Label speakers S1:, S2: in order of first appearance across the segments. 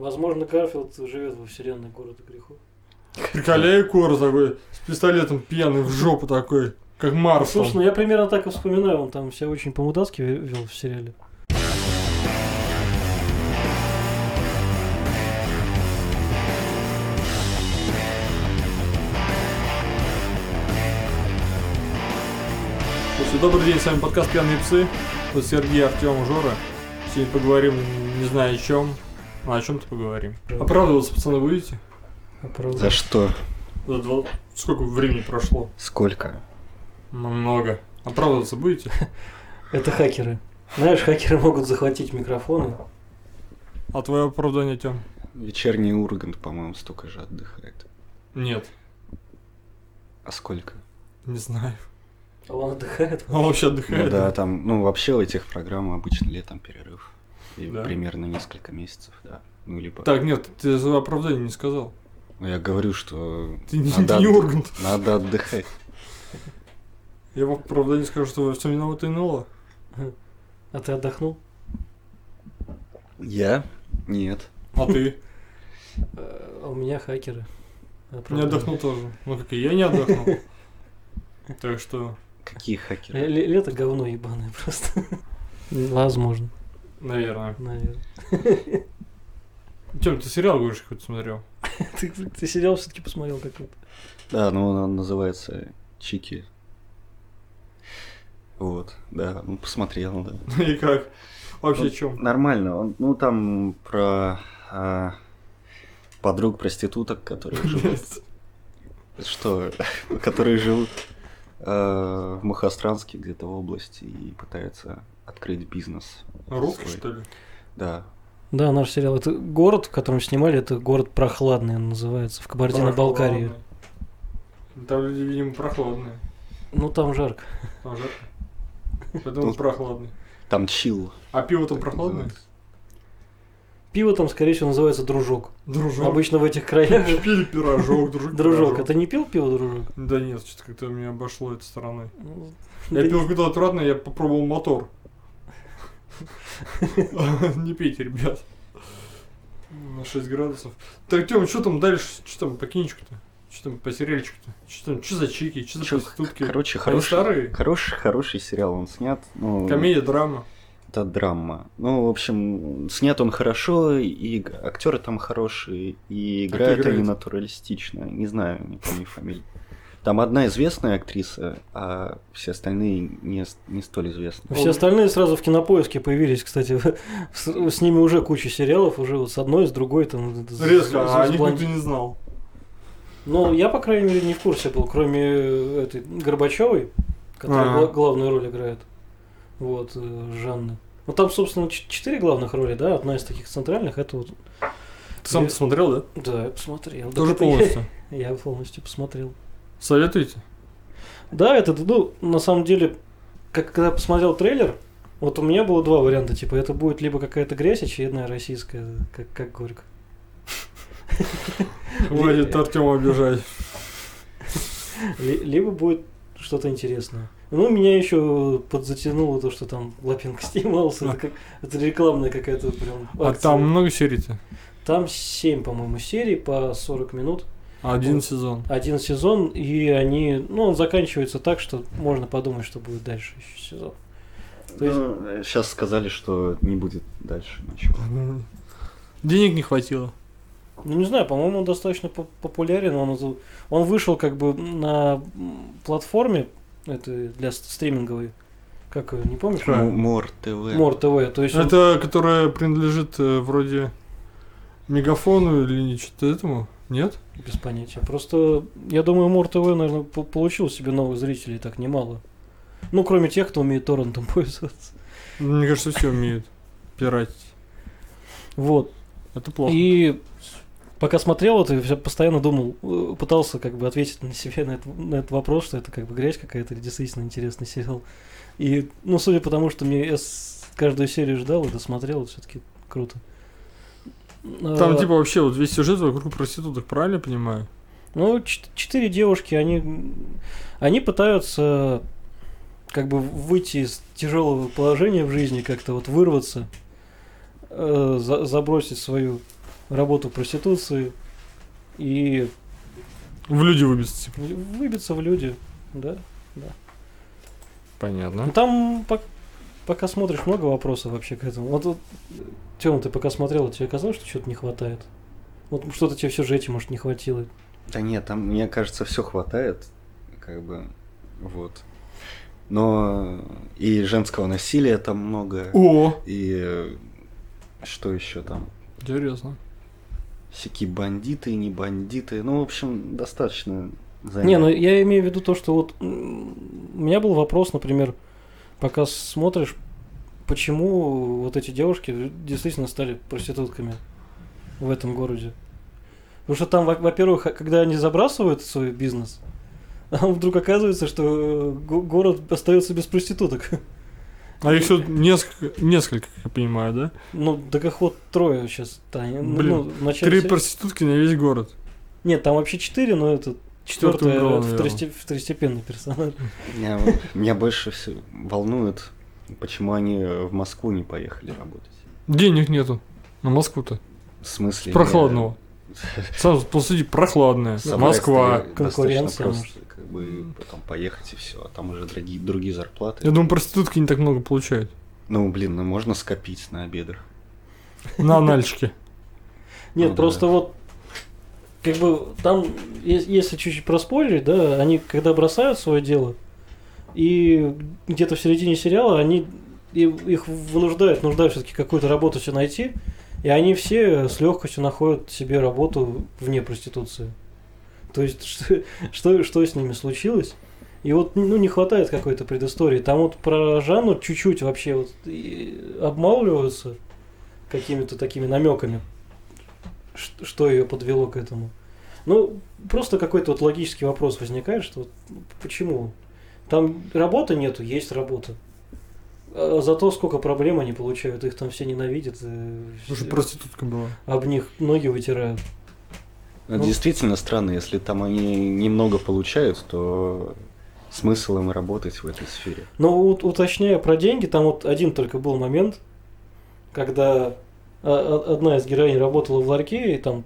S1: Возможно, Гарфилд живет во вселенной города грехов.
S2: Приколяй Кор такой, с пистолетом пьяный в жопу такой, как Марс.
S1: Слушай, ну я примерно так и вспоминаю, он там себя очень по-мудацки ве- вел в сериале.
S2: Слушай, добрый день, с вами подкаст «Пьяные псы». Тут Сергей, Артем, Жора. Сегодня поговорим, не знаю о чем. Ну, о чем-то поговорим. Оправдываться, пацаны, будете?
S1: Оправдан.
S3: За что?
S2: За два- Сколько времени прошло?
S3: Сколько?
S2: Ну, Много. Оправдываться будете?
S1: Это хакеры. Знаешь, хакеры могут захватить микрофоны.
S2: А твое оправдание, Тем?
S3: Вечерний Ургант, по-моему, столько же отдыхает.
S2: Нет.
S3: А сколько?
S2: Не знаю.
S1: А он отдыхает.
S2: Он вообще
S3: Ну
S2: отдыхает?
S3: да, там, ну вообще у этих программ обычно летом перерыв. И
S2: Да?
S3: примерно несколько месяцев, да. Ну либо...
S2: Так, нет, ты за оправдание не сказал.
S3: Ну, я говорю, что
S2: Ты не,
S3: Надо
S2: ты не
S3: отдых-
S2: Ургант.
S3: надо отдыхать.
S2: Я в оправдании скажу, что во всем виновата НЛО.
S1: А ты отдохнул?
S3: Я? Нет.
S2: А ты?
S1: Э, А у меня хакеры. А
S2: Не
S1: Оправдан.
S2: отдохнул тоже. Ну как и я не отдохнул. Так что,
S3: Какие
S1: Л-
S3: хакеры?
S1: л- Лето говно ебаное просто. Возможно,
S2: наверное.
S1: наверное.
S2: Тем, ты сериал говоришь, хоть смотрел?
S1: Ты, ты сериал все-таки посмотрел какой-то.
S3: Да, ну он называется Чики. Вот, да, ну посмотрел, да.
S2: И как? Вообще
S3: Ну,
S2: о чем?
S3: Нормально. Он, ну, там про а, подруг проституток, которые живут. Что? Которые живут а, в Махастранске где-то в области и пытаются открыть бизнес.
S2: Русский,
S3: свой.
S2: что ли?
S3: Да.
S1: Да, наш сериал. Это город, в котором снимали, это город прохладный, он называется, в Кабардино-Балкарии.
S2: Прохладный. Там люди, видимо, прохладные.
S1: Ну там жарко.
S2: Там жарко. Поэтому
S3: Тут-
S2: прохладный.
S3: Там чил.
S2: А пиво там
S3: Так
S2: прохладное?
S3: называется.
S1: Пиво там, скорее всего, называется дружок.
S2: Дружок.
S1: Обычно в этих краях же.
S2: Пили пирожок, дружок.
S1: Дружок, а
S2: пирожок.
S1: ты не пил пиво, дружок?
S2: Да нет, что-то как-то меня обошло этой стороной.
S1: Ну,
S2: Я
S1: да
S2: пил какой-то отрадный, я попробовал мотор. Не пейте, ребят. На 6 градусов. Так, Тём, что там дальше? Что там по кинчику-то? Что там по сериальчику-то? Что там, что за чики, что за
S3: Чё,
S2: проститутки?
S3: Короче,
S2: Они
S3: хороший,
S2: старые?
S3: хороший, хороший сериал он снят. Ну,
S2: Комедия, драма.
S3: Это драма. Ну, в общем, снят он хорошо, и г- актеры там хорошие, и
S2: А Кто
S3: играют они
S2: играет?
S3: натуралистично. Не знаю, не помню фамилию. Там одна известная актриса, а все остальные не, с- не столь известны.
S1: Все остальные сразу в кинопоиске появились, кстати. С, с ними уже куча сериалов, уже вот с одной, с другой там. с-
S2: Резко,
S1: с-
S2: а о
S1: с
S2: них
S1: блон-
S2: никто не знал.
S1: Ну, я, по крайней мере, не в курсе был, кроме э, этой Горбачевой, которая
S2: Ага.
S1: гла- главную роль играет. Вот, э, Жанны. Ну там, собственно, ч- четыре главных роли, да, одна из таких центральных, это вот.
S2: Ты сам
S1: Я-
S2: смотрел, да?
S1: Да, я посмотрел.
S2: Тоже
S1: Так это я-
S2: полностью.
S1: Я полностью посмотрел.
S2: Советуете?
S1: Да, это, ну, на самом деле, как когда посмотрел трейлер, вот у меня было два варианта, типа, это будет либо какая-то грязь очередная российская, как, как горько.
S2: Хватит
S1: Ли-
S2: Артема обижать.
S1: ли- либо будет что-то интересное. Ну, меня еще подзатянуло то, что там Лапенко снимался, это, как, это рекламная какая-то прям
S2: А
S1: акция.
S2: там много серий-то?
S1: Там 7, по-моему, серий по 40 минут.
S2: Один
S3: Ну.
S1: Вот.
S2: сезон.
S1: один сезон, и они, ну, он заканчивается так, что можно подумать, что будет дальше еще сезон. То есть-
S3: сейчас Ну, сказали, что не будет дальше ничего.
S2: Денег не хватило.
S1: Ну, не знаю, по-моему, он достаточно по- популярен. Он, из- он вышел как бы на м, платформе этой для с- стриминговой, как ее, не помнишь?
S2: Да.
S3: М- Мор ТВ.
S1: Мор ТВ. То есть он-
S2: Это которая принадлежит э, вроде мегафону или не что-то этому? Нет?
S1: без понятия. Просто, я думаю, Мор ТВ, наверное, по- получил себе новых зрителей так немало. Ну, кроме тех, кто умеет торрентом пользоваться.
S2: Мне кажется, все умеют пиратить.
S1: Вот.
S2: Это плохо.
S1: И пока смотрел это, я постоянно думал, э, пытался как бы ответить на себе на этот, на этот вопрос, что это как бы грязь какая-то, или действительно интересный сериал. И, ну, судя по тому, что мне я с- каждую серию ждал и досмотрел, все-таки круто.
S2: Там
S1: А,
S2: типа вообще вот весь сюжет вокруг проституток, правильно я понимаю?
S1: Ну, чет- четыре девушки, они, они пытаются как бы выйти из тяжелого положения в жизни, как-то вот вырваться, э, за- забросить свою работу проституции и
S2: В люди типа. выбесится.
S1: выбиться в люди, да. Ну,
S2: Понятно.
S1: Там пок- пока смотришь, много вопросов вообще к этому. Вот, вот Тёма, ты пока смотрел, тебе казалось, что чего-то не хватает? Вот что-то тебе в сюжете, может, не хватило.
S3: Да нет, там, мне кажется, все хватает, как бы, вот. Но и женского насилия там много,
S2: О,
S3: и э, что еще там?
S2: интересно.
S3: Всякие бандиты, не бандиты. Ну, в общем, достаточно занятно.
S1: Не, ну я имею в виду то, что вот м, у меня был вопрос, например, пока смотришь, почему вот эти девушки действительно стали проститутками в этом городе. Потому что там, во- во-первых, а, когда они забрасывают свой бизнес, там вдруг оказывается, что э, го- город остается без проституток.
S2: А их тут несколько, несколько, как я понимаю, да?
S1: Ну, так их вот трое сейчас.
S2: Блин, Три проститутки на весь город.
S1: ну, Нет, там вообще четыре, но это
S2: Четвёртую
S1: четвертый
S2: убрал, наверное.
S1: второстепенный персонаж.
S3: Меня, меня больше всего волнует, почему они в Москву не поехали работать.
S2: Денег нету. На Москву-то.
S3: В смысле?
S2: Прохладного. Сразу посуди, прохладная. Москва.
S1: Конкуренция,
S3: Конкуренция. Просто, как бы, и потом поехать и все, а там уже другие, другие зарплаты.
S2: Я думаю, проститутки не так много получают.
S3: Ну, блин, ну можно скопить на обедах.
S2: На анальчике.
S1: Нет,
S3: Ну да.
S1: просто вот как бы там, е- если чуть-чуть проспойлерить, да, они когда бросают свое дело, и где-то в середине сериала они и- их вынуждают, нуждают все-таки какую-то работу себе найти, и они все с легкостью находят себе работу вне проституции. То есть что, что, что с ними случилось? И вот ну не хватает какой-то предыстории. Там вот про Жанну чуть-чуть вообще вот и обмалываются какими-то такими намеками, ш- что ее подвело к этому. Ну, просто какой-то вот логический вопрос возникает, что вот ну, почему? Там работы нету, есть работа. А зато сколько проблем они получают, их там все ненавидят, э,
S2: Слушай, проститутка была.
S1: об них ноги вытирают.
S3: Это
S1: Ну.
S3: действительно странно, если там они немного получают, то смысл им работать в этой сфере.
S1: Но у- уточняя Ну, про деньги, там вот один только был момент, когда а, а- одна из героинь работала в ларьке, и там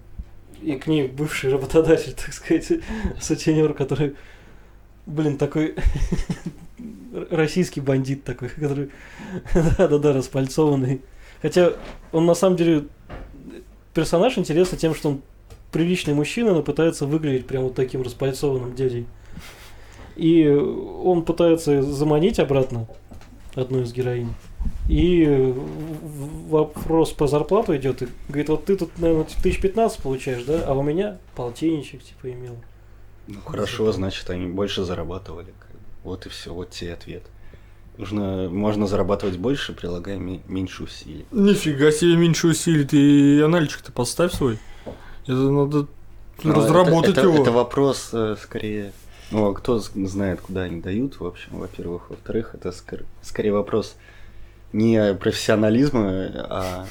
S1: и к ней бывший работодатель, так сказать, сутенер, который, блин, такой р- российский бандит такой, который, да-да-да, распальцованный. Хотя он на самом деле персонаж интересный тем, что он приличный мужчина, но пытается выглядеть прям вот таким распальцованным дядей. И он пытается заманить обратно одну из героинь. И в- в- вопрос по зарплату идет. И говорит, вот ты тут, наверное, тысяч пятнадцать получаешь, да? А у меня полтинничек, типа, имел.
S3: Ну хорошо, значит, они больше зарабатывали. как бы. Вот и все, вот тебе и ответ. Нужно, можно зарабатывать больше, прилагая ми- меньше усилий.
S2: Нифига себе меньше усилий, ты анальчик-то поставь свой. Это надо
S3: Но
S2: Ну, разработать
S3: Ну, А, это, это-
S2: его.
S3: Это воз э, скорее. Ну, а кто з- знает, куда они дают, в общем, во-первых. Во-вторых, это скор- скорее вопрос не профессионализма, а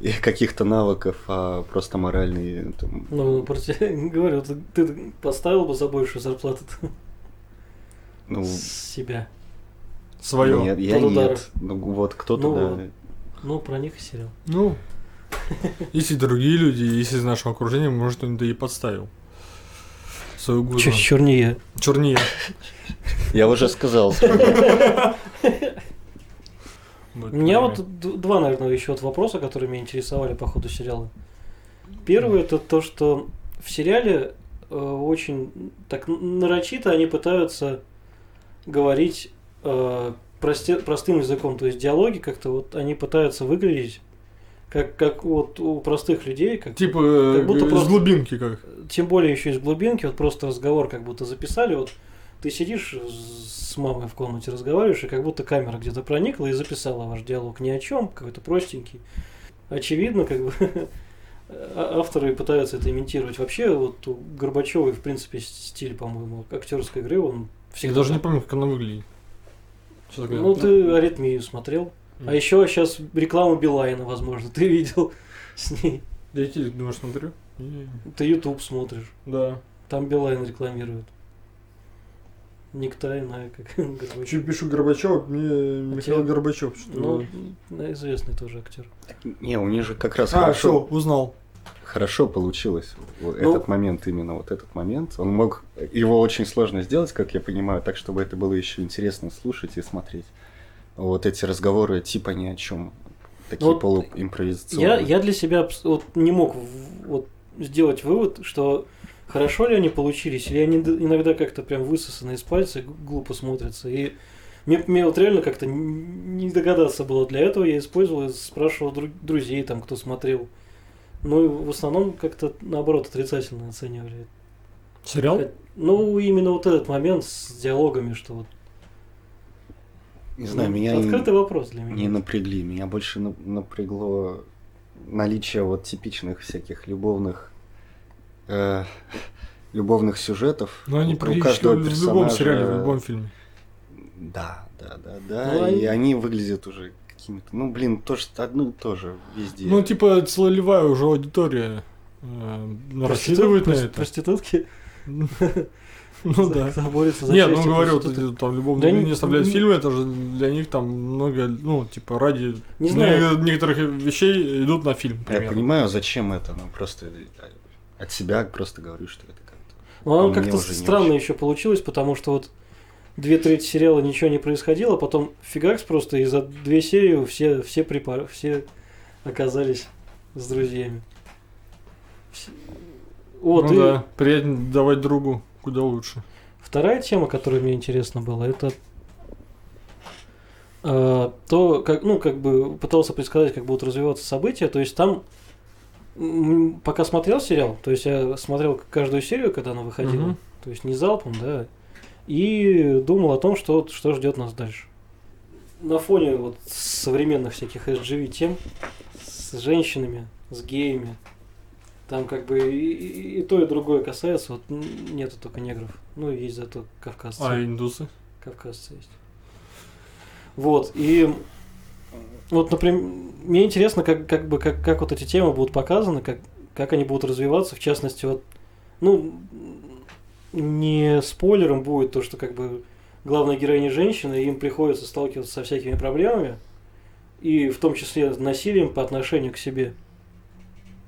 S3: и каких-то навыков, а просто моральный. там,
S1: Ну, про тебя говорю, ты, ты поставил бы за большую зарплату
S3: ну,
S1: с себя.
S2: Свое.
S3: нет, я
S1: под удар.
S3: нет. Ну, вот кто-то,
S1: Ну
S3: да.
S1: вот. Ну, про них и сериал.
S2: Ну, если другие люди, если из нашего окружения, может, он да и подставил. Свою гузу.
S1: Чуть чернее.
S2: Чернее.
S3: Я уже сказал.
S1: У
S2: Будет
S1: меня
S2: правильно.
S1: вот д- два, наверное, еще вот вопроса, которые меня интересовали по ходу сериала. Первый это то, что в сериале э, очень так н- нарочито они пытаются говорить э, просте- простым языком, то есть диалоги как-то вот они пытаются выглядеть как как вот у простых людей, как
S2: Типа
S1: Как будто
S2: э, из
S1: просто-
S2: глубинки как.
S1: тем более еще из глубинки, вот просто разговор как будто записали, вот ты сидишь с мамой в комнате разговариваешь, и как будто камера где-то проникла и записала ваш диалог ни о чем, какой-то простенький. Очевидно, как бы а- авторы пытаются это имитировать. Вообще, вот у Горбачевой, в принципе, стиль, по-моему, актерской игры, он
S2: Я
S1: всегда...
S2: даже не помню, как она выглядит. Что такое?
S1: Ну, ты аритмию смотрел. А еще сейчас рекламу Билайна, возможно, ты видел с ней.
S2: Да я телек, думаю, смотрю. И-
S1: Ты YouTube смотришь.
S2: Да.
S1: Там Билайн рекламируют. Никто иная, как Горбачев.
S2: Еще пишу Горбачев, мне
S1: А
S2: Михаил
S1: тебе-
S2: Горбачев. что-
S1: Ну, да, известный тоже актер.
S3: Не, у них же как раз
S2: А,
S3: хорошо.
S2: все, узнал.
S3: хорошо получилось. Вот
S2: Ну,
S3: этот момент, именно вот этот момент. Он мог... Его очень сложно сделать, как я понимаю, так, чтобы это было еще интересно слушать и смотреть. Вот эти разговоры типа ни о чем. Такие
S1: вот Я,
S3: полуимпровизационные.
S1: я для себя абс- вот не мог в- вот сделать вывод, что хорошо ли они получились, или они д- иногда как-то прям высосаны из пальца, и г- глупо смотрятся. И мне, мне вот реально как-то н- не догадаться было для этого. Я использовал, и спрашивал дру- друзей, там, кто смотрел. Ну и в основном как-то наоборот отрицательно оценивали.
S2: Сериал?
S1: Хоть- Ну, именно вот этот момент с диалогами, что вот.
S3: Не знаю,
S1: Ну,
S3: меня не-
S1: Открытый вопрос для меня.
S3: не напрягли. Меня больше на- напрягло наличие вот типичных всяких любовных э, любовных сюжетов.
S2: Ну, они
S3: У- у
S2: прилично
S3: каждого
S2: в любом
S3: персонажа-
S2: сериале, в любом фильме.
S3: Да, да, да, да.
S2: а
S1: Ну,
S3: и
S1: они-
S3: они выглядят уже какими-то. Ну, блин, тоже одно и то же везде.
S2: Ну, типа, целевая уже аудитория э,
S1: Проститут-
S2: рассчитывает на
S1: прост-
S2: это.
S1: Проститутки.
S2: Ну да.
S1: Кто борется за
S2: Не, ну
S1: честь,
S2: говорю,
S1: кто
S2: вот
S1: что-то.
S2: эти там любовные
S1: Да
S2: линии
S1: не-
S2: оставляют
S1: не-
S2: фильмы, это же для них там много, ну, типа, ради
S1: Не знаю.
S2: не- некоторых вещей идут на фильм,
S3: Я
S2: например.
S3: понимаю, а зачем это, но просто э, от себя просто говорю, что это как-то.
S1: Ну, оно
S3: А, мне
S1: как-то
S3: уже не
S1: странно
S3: очень.
S1: еще получилось, потому что вот две трети сериала ничего не происходило, потом фигакс просто и за две серии все, все, припар... все оказались с друзьями. Вс-
S2: Ну
S1: Вот, и
S2: да, приятнее давать другу куда лучше.
S1: вторая тема, которая мне интересна была, это э, то, как, ну, как бы пытался предсказать, как будут развиваться события, то есть там м, пока смотрел сериал, то есть я смотрел каждую серию, когда она выходила,
S2: Мгм.
S1: то есть не залпом, да, и думал о том, что, что ждет нас дальше. На фоне вот современных всяких SGV тем с женщинами, с геями, там как бы и, и- и то, и другое касается, вот н- нету только негров, ну есть зато кавказцы.
S2: А индусы?
S1: Кавказцы есть. Вот, и вот, например, мне интересно, как, как бы, как, как вот эти темы будут показаны, как, как они будут развиваться, в частности, вот, ну, не спойлером будет то, что как бы главная героиня женщина, и им приходится сталкиваться со всякими проблемами, и в том числе с насилием по отношению к себе.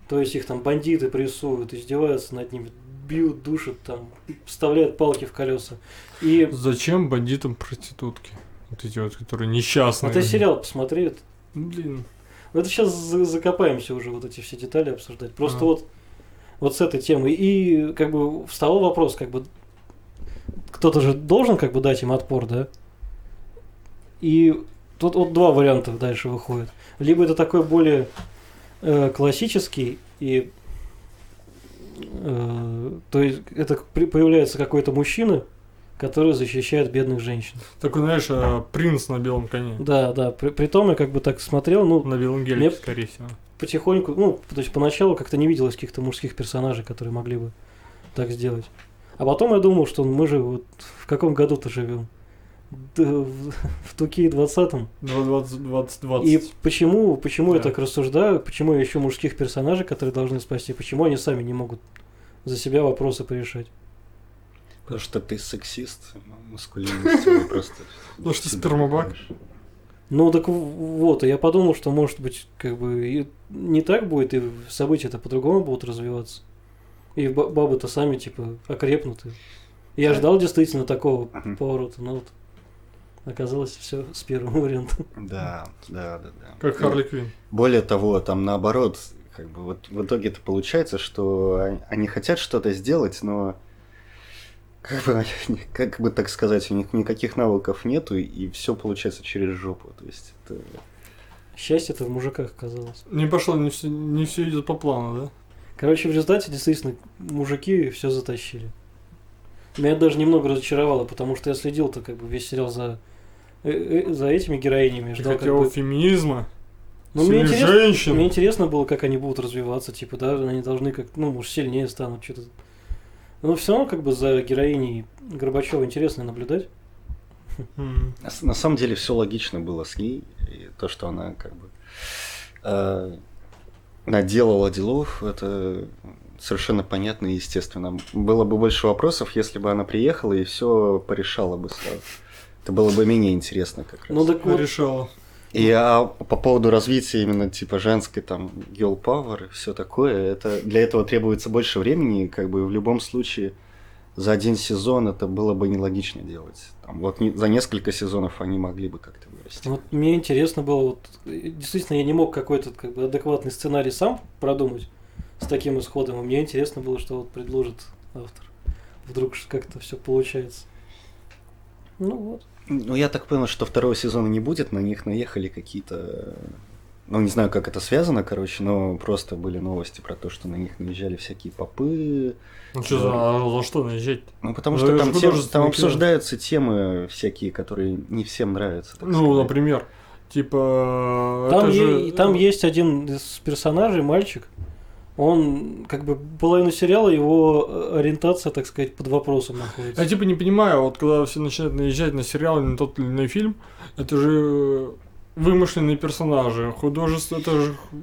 S1: То есть их там бандиты прессуют, издеваются над ними, бьют, душат, там, вставляют палки в колеса. И
S2: Зачем бандитам проститутки? Вот эти вот, которые несчастные.
S1: а ты сериал посмотри. это-
S2: Ну, Блин.
S1: Ну, это сейчас закопаемся уже, вот эти все детали обсуждать. Просто
S2: Ага.
S1: вот, вот с этой темой. И как бы встал вопрос, как бы кто-то же должен как бы дать им отпор, да? И тут вот два варианта дальше выходит. Либо это такой более э, классический и э, то есть это при- появляется какой-то мужчина, который защищает бедных женщин.
S2: Такой, знаешь, э, принц на белом коне.
S1: Да, да. При, при том я как бы так смотрел, ну
S2: На белом
S1: Мне-
S2: гелике, скорее всего.
S1: потихоньку, ну, то есть поначалу как-то не виделось каких-то мужских персонажей, которые могли бы так сделать. А потом я думал, что мы же вот в каком году-то живем? Да, в, в Туке 20
S2: 20-20.
S1: И почему, почему я
S2: Да.
S1: так рассуждаю, почему я ищу мужских персонажей, которые должны спасти, почему они сами не могут за себя вопросы порешать?
S3: Потому что ты сексист, ну, маскулинность просто.
S2: Ну, что
S3: Тебя
S2: спермобак.
S3: понимаешь.
S1: Ну так в- вот, и я подумал, что может быть как бы и не так будет, и события-то по-другому будут развиваться. И ба- бабы-то сами типа окрепнут. и- Я ждал действительно такого
S3: Мгм.
S1: поворота, но вот оказалось все с первого варианта.
S3: Да, да, да, да.
S2: Как
S3: Ну,
S2: Харли Квинн.
S3: Более того, там наоборот, как бы вот в итоге-то получается, что они- они хотят что-то сделать, но как бы, они- как бы так сказать, у них никаких навыков нету, и все получается через жопу. То есть это...
S1: Счастье-то в мужиках оказалось.
S2: Не пошло, не все, не все идет по плану, да?
S1: Короче, в результате действительно мужики все затащили. Меня даже немного разочаровало, потому что я следил-то как бы весь сериал за, э, э, за этими героинями.
S2: Ты
S1: Ждал, как
S2: хотел
S1: бы...
S2: феминизма,
S1: Ну, мне
S2: сильных
S1: интересно,
S2: женщин.
S1: Мне интересно было, как они будут развиваться, типа, да, они должны как, ну, может, сильнее станут, что-то. Но все равно, как бы, за героиней Горбачева интересно наблюдать.
S2: М.
S3: На с- На самом деле все логично было с ней, и то, что она как бы э, наделала делов, это совершенно понятно и естественно. Было бы больше вопросов, если бы она приехала и все порешала бы сразу. Это было бы менее интересно как раз.
S1: Ну, так вот,
S2: Решала.
S3: И а, по поводу развития именно типа женской там girl power и все такое, это для этого требуется больше времени, и как бы в любом случае за один сезон это было бы нелогично делать. Там, вот не- за несколько сезонов они могли бы как-то вырасти.
S1: Вот мне интересно было, вот, э, действительно, я не мог какой-то как бы, адекватный сценарий сам продумать с таким исходом, и мне интересно было, что вот предложит автор. Вдруг ж как-то все получается. Ну вот.
S3: Ну, я так понял, что второго сезона не будет, на них наехали какие-то... э, Ну, не знаю, как это связано, короче, но просто были новости про то, что на них наезжали всякие попы.
S2: Ну что за, а за что наезжать-то?
S3: Ну, потому
S2: Ну,
S3: что
S2: это же
S3: там, тем- там
S2: художественное кино.
S3: обсуждаются темы всякие, которые не всем нравятся. так
S2: Ну,
S3: сказать.
S2: например, типа...
S1: Там,
S2: это
S1: е-
S2: же-
S1: там есть один из персонажей, мальчик. Он, как бы, половину сериала, его э, ориентация, так сказать, под вопросом находится.
S2: Я типа не понимаю, вот когда все начинают наезжать на сериал или на тот или иной фильм, это же э, вымышленные персонажи, художество, это же ху-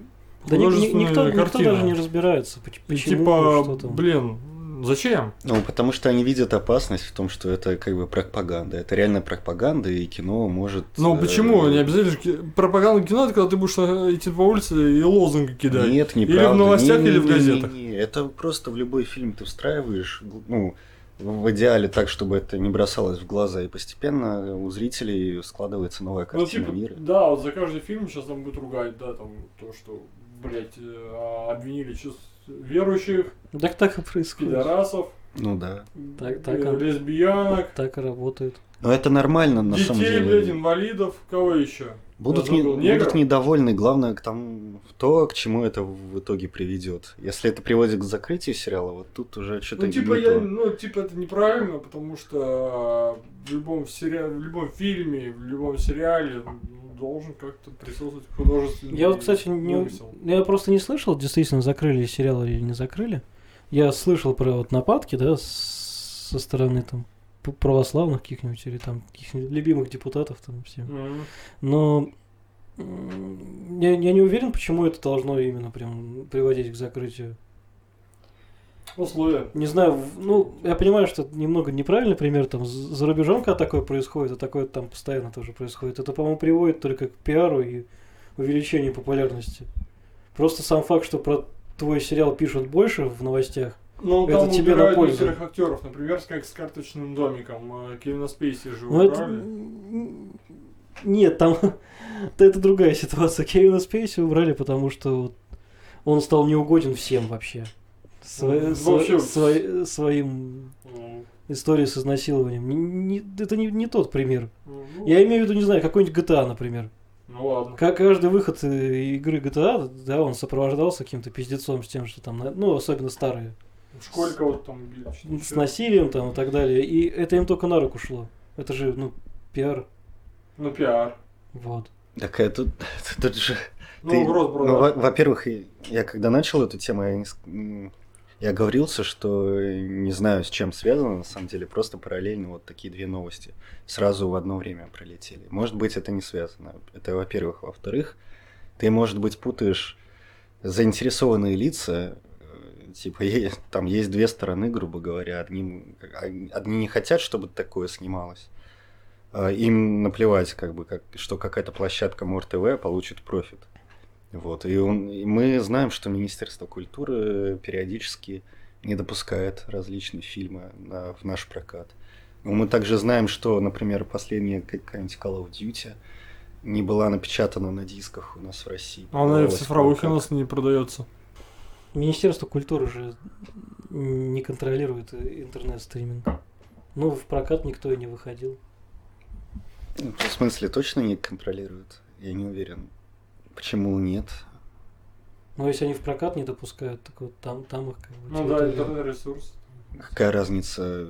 S1: Да ни- ни-
S2: художественная
S1: никто, никто
S2: картина.
S1: даже не разбирается, поч-
S2: И
S1: почему, что
S2: типа,
S1: там.
S2: блин, зачем?
S3: Ну, потому что они видят опасность в том, что это как бы пропаганда. Это реально пропаганда, и кино может...
S2: Ну
S3: э,
S2: почему? Не обязательно же ки- пропаганда кино, это когда ты будешь э, идти по улице и лозунги кидать.
S3: Нет, не
S2: Или в новостях, или в газетах.
S3: Это просто в любой фильм ты встраиваешь, гл- ну, в идеале так, чтобы это не бросалось в глаза, и постепенно у зрителей складывается новая
S2: Ну,
S3: картина
S2: типа,
S3: мира.
S2: да, вот за каждый фильм сейчас нам будут ругать, да, там, то, что, блядь, э, а, обвинили чувств верующих,
S1: Так так и происходит.
S2: пидорасов,
S3: Ну да.
S1: Так- так,
S2: э,
S1: а-
S2: лесбиянок,
S1: Так и работает.
S3: Но это нормально, на самом
S2: детей,
S3: деле.
S2: блядь, инвалидов, кого еще?
S3: Будут,
S2: Я
S3: не-
S2: забыл,
S3: будут
S2: негров?
S3: недовольны, главное, к тому, то, к чему это в итоге приведет. Если это приводит к закрытию сериала, вот тут уже что-то
S2: Ну, типа, я, ну, типа, это неправильно, потому что э, в любом, сериа- в любом фильме, в любом сериале ну, должен как-то присутствовать художественный
S1: Я вот, кстати, не,
S2: вымысел.
S1: я просто не слышал, действительно, закрыли сериал или не закрыли. Я слышал про вот нападки, да, с- со стороны там п- православных каких-нибудь или там каких-нибудь любимых депутатов там всем.
S2: Мгм.
S1: Но м, я, я не уверен, почему это должно именно прям приводить к закрытию.
S2: Условия.
S1: Не знаю, в- ну, я понимаю, что это немного неправильный пример, там, з- за рубежом, когда такое происходит, а такое там постоянно тоже происходит, это, по-моему, приводит только к пиару и увеличению популярности. Просто сам факт, что про твой сериал пишут больше в новостях,
S2: Ну,
S1: Это
S2: там
S1: тебе на
S2: убирают
S1: пользу.
S2: некоторых актеров, например, как с карточным домиком. э, Кевина Спейси же
S1: ну, это...
S2: убрали.
S1: м, Нет, там... да это другая ситуация. Кевина Спейси убрали, потому что вот он стал неугоден всем вообще. Сво-
S2: Ну,
S1: сво-
S2: вообще.
S1: сво- своим
S2: Ну,
S1: историей с изнасилованием. Не- не- это не- не тот пример.
S2: ну,
S1: Я имею в виду, не знаю, какой-нибудь GTA, например.
S2: Ну ладно.
S1: Как каждый выход э, игры GTA, да, он сопровождался каким-то пиздецом с тем, что там, на- ну, особенно старые,
S2: Сколько вот там били? что-то
S1: с
S2: еще.
S1: насилием там и так далее. И это им только на руку шло. Это же, ну, пиар.
S2: Ну, пиар.
S1: Вот.
S3: Так это тут же...
S2: Ну,
S3: Ты-
S2: угроз,
S3: ну,
S2: брат.
S3: во- во-первых, и- я когда начал эту тему, я, не с- м, я оговорился, что не знаю, с чем связано, на самом деле, просто параллельно вот такие две новости сразу в одно время пролетели. Может быть, это не связано. Это во-первых. Во-вторых, ты, может быть, путаешь заинтересованные лица, э, типа, е- там есть две стороны, грубо говоря, одним, од- одни не хотят, чтобы такое снималось, а им наплевать, как бы, как, что какая-то площадка МОР-ТВ получит профит. Вот, и, он, и мы знаем, что Министерство культуры периодически не допускает различные фильмы на- в наш прокат. Но мы также знаем, что, например, последняя какая-нибудь Call of Duty не была напечатана на дисках у нас в России.
S1: Ну, А
S2: Она и в
S3: Попалась
S2: цифровых у
S3: прокат.
S2: нас не продается.
S1: Министерство культуры же не контролирует э, интернет-стриминг. Ну, в прокат никто и не выходил.
S3: Ну, В смысле, точно не контролируют? Я не уверен. Почему нет?
S1: Но если они в прокат не допускают, так вот там, там их как бы...
S2: Ну да,
S1: территория.
S2: интернет-ресурс.
S3: Какая разница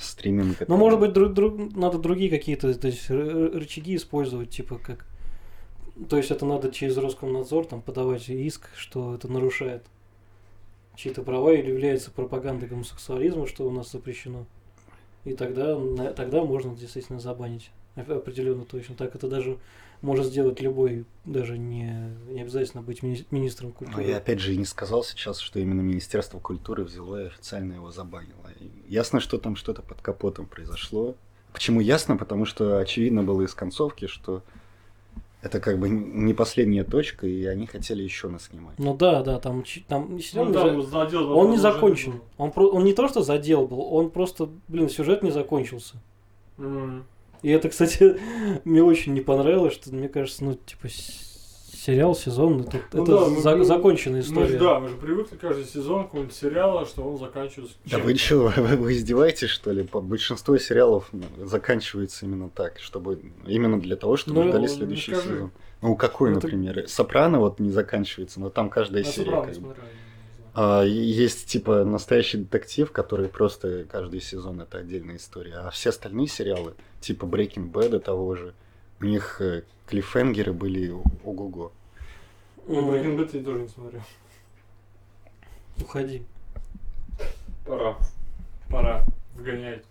S3: стриминг? это-
S1: Ну, может быть, друг, друг- надо другие какие-то то есть, ры- рычаги использовать, типа как... То есть это надо через Роскомнадзор там, подавать иск, что это нарушает чьи-то права или является пропагандой гомосексуализма, что у нас запрещено. И тогда, на- тогда можно действительно забанить. Оп- Определенно точно. Так это даже может сделать любой, даже не, не обязательно быть мини- министром
S3: Ну,
S1: культуры.
S3: я опять же и не сказал сейчас, что именно Министерство культуры взяло и официально его забанило. И Ясно, что там что-то под капотом произошло. Почему ясно? Потому что очевидно было из концовки, что Это как бы не последняя точка, и они хотели еще наснимать.
S1: Ну да, да, там, чи- там сюжет
S2: Ну,
S1: уже-
S2: там задел,
S1: он
S2: возможно,
S1: не
S2: уже
S1: закончен. Он, про- он не то, что задел был, он просто, блин, сюжет не закончился.
S2: был. М.
S1: И это, кстати, мне очень не понравилось, что, мне кажется, ну, типа, с- сериал, сезон, это,
S2: Ну
S1: это
S2: да, мы-
S1: за-
S2: мы-
S1: законченная
S2: Мы
S1: история.
S2: же, да, мы же привыкли каждый сезон какого-нибудь сериала, что он заканчивается.
S3: Да
S2: чем-то.
S3: вы чё, вы, вы издеваетесь, что ли? По- Большинство сериалов ну, заканчивается именно так, чтобы именно для того, чтобы
S1: Ну,
S3: ждали
S2: не
S3: следующий
S2: скажи.
S3: сезон. Ну, какой,
S1: Ну, это-
S3: например? Сопрано вот не заканчивается, но там каждая
S2: Я
S3: серия.
S2: «Сопрано»
S3: как бы.
S2: смотрел, я не знаю.
S3: А, и есть типа настоящий детектив, который просто каждый сезон это отдельная история. А все остальные сериалы, типа Breaking Bad и того же, у них э, клиффхенгеры были ого-го.
S2: Ну,
S1: М,
S2: Breaking Bad я тоже не смотрел.
S1: Уходи.
S2: Пора. Пора вгонять.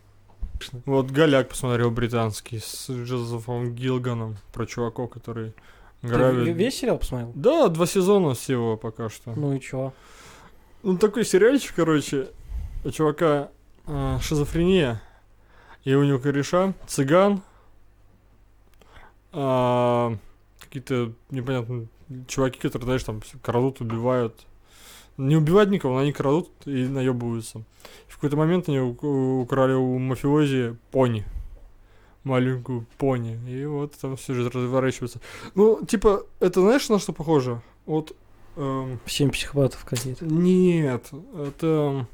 S2: Вот Голяк посмотрел британский с Джозефом Гилганом про чуваков, который
S1: Ты в-
S2: грабит.
S1: весь сериал посмотрел?
S2: Да, два сезона всего пока что.
S1: Ну и чё?
S2: Ну, такой сериальчик, короче, у чувака э, шизофрения, и у него кореша, цыган, а, какие-то непонятные чуваки, которые, знаешь, там всё крадут, убивают. Не убивают никого, но они крадут и наебываются. В какой-то момент они ук- украли у мафиози пони. Маленькую пони. И вот там сюжет разворачивается. Ну, типа, это знаешь, на что похоже? Вот эм,
S1: Семь психопатов какие-то.
S2: нет, это...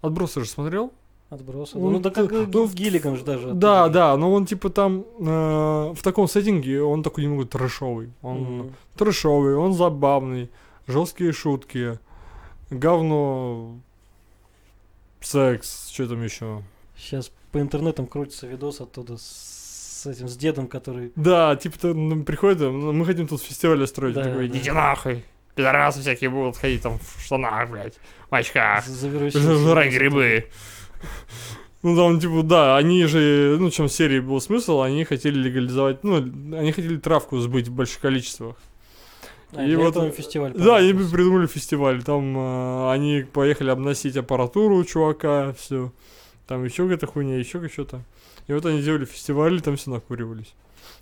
S2: Отбросы же смотрел?
S1: Отбросы.
S2: Он-
S1: Ну, да как
S2: ну,
S1: э,
S2: в-
S1: Гиллиган же даже.
S2: Да,
S1: оттуда.
S2: да, но он типа там э, в таком сеттинге, он такой немного трэшовый. Он
S1: М.
S2: трэшовый, он забавный, жесткие шутки, говно, секс, что там еще?
S1: Сейчас по интернетам крутится видос оттуда с, с этим, с дедом, который...
S2: Да, типа ты ну, приходит, э, мы хотим тут фестиваль устроить,
S1: Да,
S2: он такой,
S1: да.
S2: идите нахуй, пидорасы всякие будут ходить там в штанах, блядь, в очках.
S1: з- завирусился.
S2: Ж- Жрать грибы. Ну там, типа, да, они же, ну, в чем серии был смысл, они хотели легализовать, ну, они хотели травку сбыть в больших количествах.
S1: А,
S2: И
S1: для
S2: вот-
S1: этого им фестиваль.
S2: Да, они
S1: понадобился.
S2: придумали фестиваль, там э, они поехали обносить аппаратуру у чувака, все, там еще какая-то хуйня, еще что-то. И вот они делали фестиваль, и там все накуривались.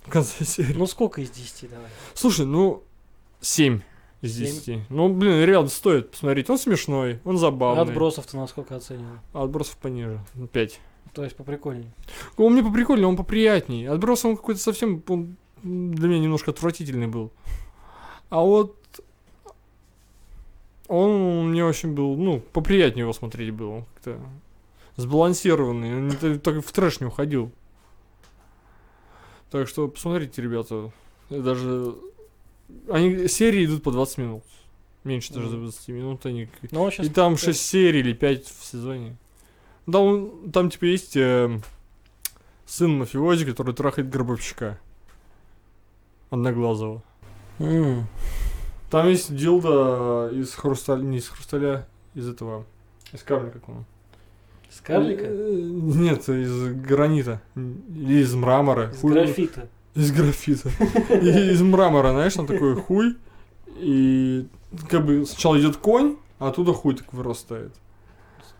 S2: В конце серии.
S1: Ну, сколько из 10 давай?
S2: Слушай, ну, 7 из
S1: Семь.
S2: 10. Ну, блин, реально стоит посмотреть. Он смешной, он забавный.
S1: Отбросов ты насколько оценивал?
S2: Отбросов пониже. Ну, 5.
S1: То есть поприкольнее.
S2: Он мне поприкольнее, он поприятней. Отброс он какой-то совсем он для меня немножко отвратительный был. А вот он мне очень был, ну, поприятнее его смотреть было. Он как-то сбалансированный, он не та- так в трэш не уходил. Так что посмотрите, ребята, даже они серии идут по 20 минут. Меньше даже
S1: Мгм.
S2: 20 минут они как-
S1: Но он сейчас...
S2: и там 6 серий или 5 в сезоне. Да, он, там типа есть эм, сын мафиози, который трахает гробовщика. Одноглазого. Там есть дилда из хрусталя, не из хрусталя, из этого, из камня как он.
S1: С карлика?
S2: Э, Нет, из гранита. Или из мрамора.
S1: С
S2: Хуй его-
S1: графита.
S2: из графита. И из мрамора, знаешь, там такой хуй. И как бы сначала идет конь, а оттуда хуй так вырастает.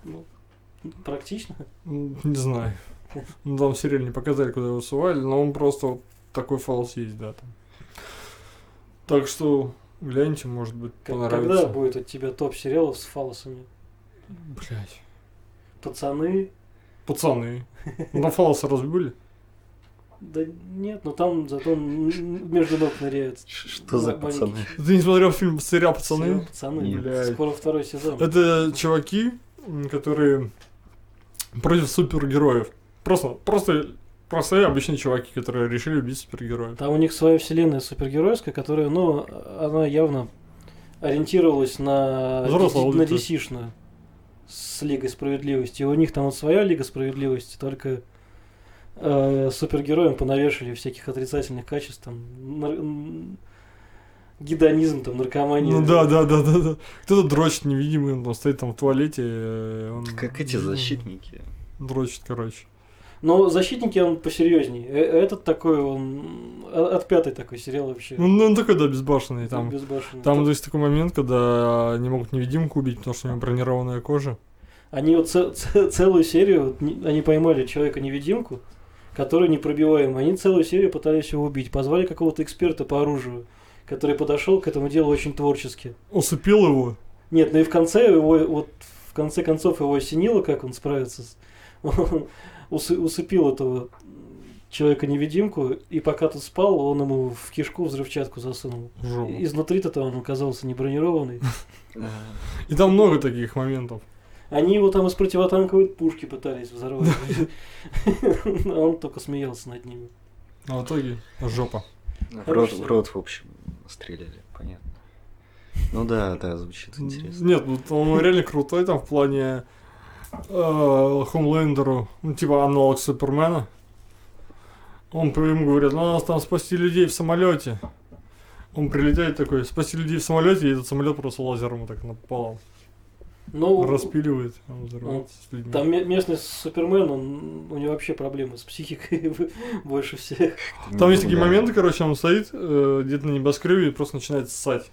S1: Ну, Практично.
S2: М, Не знаю. Ну, там в сериале не показали, куда его сували, но он просто вот такой фалс есть, да. Там. Так что гляньте, может быть,
S1: Как-
S2: понравится.
S1: Когда будет от тебя топ сериалов с фалосами?
S2: Блять.
S1: Пацаны?
S2: Пацаны, на фалса разбили?
S1: Да нет, но там зато м- м- между ног ныряют.
S3: Ш- Что за
S1: М- маленькие
S3: пацаны?
S2: Ты не смотрел фильм сериал
S1: сериалы.
S2: «Пацаны»?
S1: Пацаны.
S3: Нет.
S2: Блядь.
S1: Скоро второй сезон.
S2: Это чуваки, м, которые против супергероев. Просто, просто простые обычные чуваки, которые решили убить супергероев.
S1: Там у них своя вселенная супергеройская, которая, ну, она явно ориентировалась на,
S2: Взрослого
S1: DC на
S2: аудиторию.
S1: DC-шную с Лигой Справедливости. И у них там вот своя Лига Справедливости, только э, супергероям понавешали всяких отрицательных качеств, там, нар- м, гедонизм, там, наркомания.
S2: Ну да, да, да, да, да. Кто-то дрочит невидимый, он там стоит там в туалете. э, Он...
S3: Как эти защитники?
S2: Дрочит, короче.
S1: Но «Защитники» он посерьезнее. Э- Этот такой, он о- от пятой такой сериал вообще.
S2: Ну, ну, он такой, да, безбашенный. Там,
S1: безбашенный.
S2: там есть такой момент, когда не могут невидимку убить, потому что у него бронированная кожа.
S1: Они вот ц- ц- целую серию, вот не- они поймали человека-невидимку, который непробиваемый. Они целую серию пытались его убить. Позвали какого-то эксперта по оружию, который подошел к этому делу очень творчески.
S2: Усыпил его.
S1: Нет, ну и в конце его, вот в конце концов его осенило, как он справится. с- Он усы- усыпил этого человека-невидимку, и пока тот спал, он ему в кишку взрывчатку засунул.
S2: Жопу.
S1: И- Изнутри-то там он оказался не бронированный.
S2: И там много таких моментов.
S1: Они его там из противотанковой пушки пытались взорвать. А он только смеялся над ними.
S2: А в итоге жопа. Ну,
S3: В рот,
S1: Хороший
S3: в рот, в общем, стреляли, понятно. Ну да, да, звучит интересно.
S2: Нет, ну он реально крутой там в плане э, Хомлендеру, ну типа аналог Супермена. Он при- ему говорит, ну нас там спасти людей в самолете. Он прилетает такой, спасти людей в самолете, и этот самолет просто лазером вот так напал.
S1: Ну,
S2: Распиливает, он взрывается с людьми.
S1: там ме- местный Супермен, он, у него вообще проблемы с психикой больше всех.
S2: Там есть такие
S3: Да.
S2: моменты, короче, он стоит э, где-то на небоскребе и просто начинает ссать.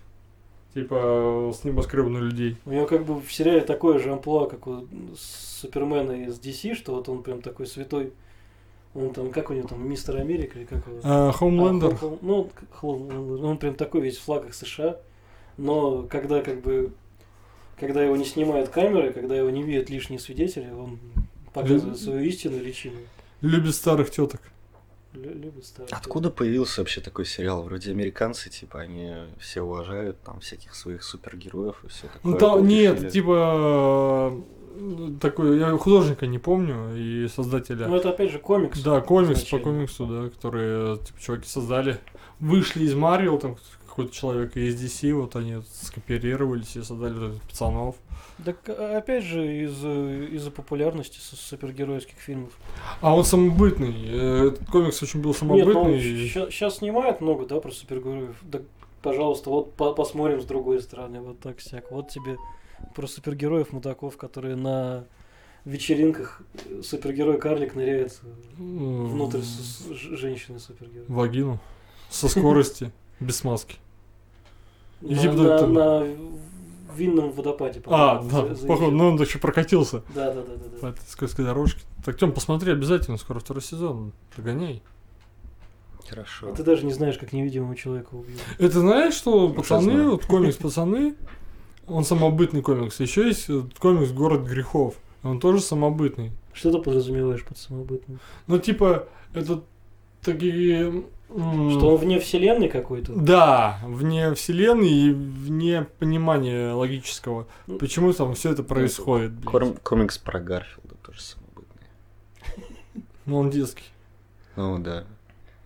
S2: Типа э, с небоскреба на людей.
S1: У него как бы в сериале такое же амплуа, как у Супермена из DC, что вот он прям такой святой. Он там, как у него там, мистер Америка или как его?
S2: Э, Хомлендер.
S1: А, Хол- Хол- Ну, к- Хомлендер. Он прям такой весь в флагах США. Но когда как бы когда его не снимают камеры, когда его не видят лишние свидетели, он показывает
S2: Лю-
S1: свою истинную личину.
S2: Любит старых теток.
S1: Лю- любит старых.
S3: Откуда появился вообще такой сериал? Вроде американцы, типа, они все уважают там всяких своих супергероев и все такое.
S2: Ну, там,
S3: Вот
S2: нет,
S3: решили.
S2: типа э, такой, я художника не помню и создателя.
S1: Ну это опять же комикс.
S2: да, комикс
S1: изначально.
S2: по комиксу, да, которые э, типа чуваки создали, вышли из Марвел, там какой-то человек и из DC, вот они вот скооперировались и создали вот этих пацанов.
S1: Так а, опять же из- э, из-за популярности с- супергеройских фильмов.
S2: А он самобытный, э, этот комикс очень был
S1: Нет,
S2: самобытный.
S1: ну
S2: и-
S1: сейчас снимают много, да, про супергероев. Да, пожалуйста, вот по- посмотрим с другой стороны, вот так всяк. Вот тебе про супергероев мудаков, которые на вечеринках э, супергерой-карлик ныряет
S2: м,
S1: внутрь с- с- ж- женщины-супергероя.
S2: Вагину. Со скорости, без маски.
S1: На,
S2: Иди
S1: на-
S2: потом-
S1: на винном водопаде.
S2: типа А,
S1: по-моему,
S2: да,
S1: за- за-
S2: походу, ну он еще прокатился.
S1: Да, да, да, да,
S2: по
S1: да.
S2: этой скользкой дорожке. Так, Тём, посмотри обязательно, скоро второй сезон, догоняй.
S3: Хорошо.
S1: А ты даже не знаешь, как невидимого человека убьют.
S2: Это знаешь, что
S3: Уже
S2: пацаны,
S3: знаю.
S2: вот комикс пацаны, он самобытный комикс. Еще есть э, комикс Город грехов. Он тоже самобытный.
S1: Что ты подразумеваешь под самобытным?
S2: Ну, типа, это такие. м,
S1: Что он вне вселенной какой-то?
S2: Да, вне вселенной и вне понимания логического.
S1: Ну,
S2: Почему там все это происходит? блядь.
S3: Корм- комикс про Гарфилда тоже самобытный.
S2: Ну, он детский.
S3: Ну да.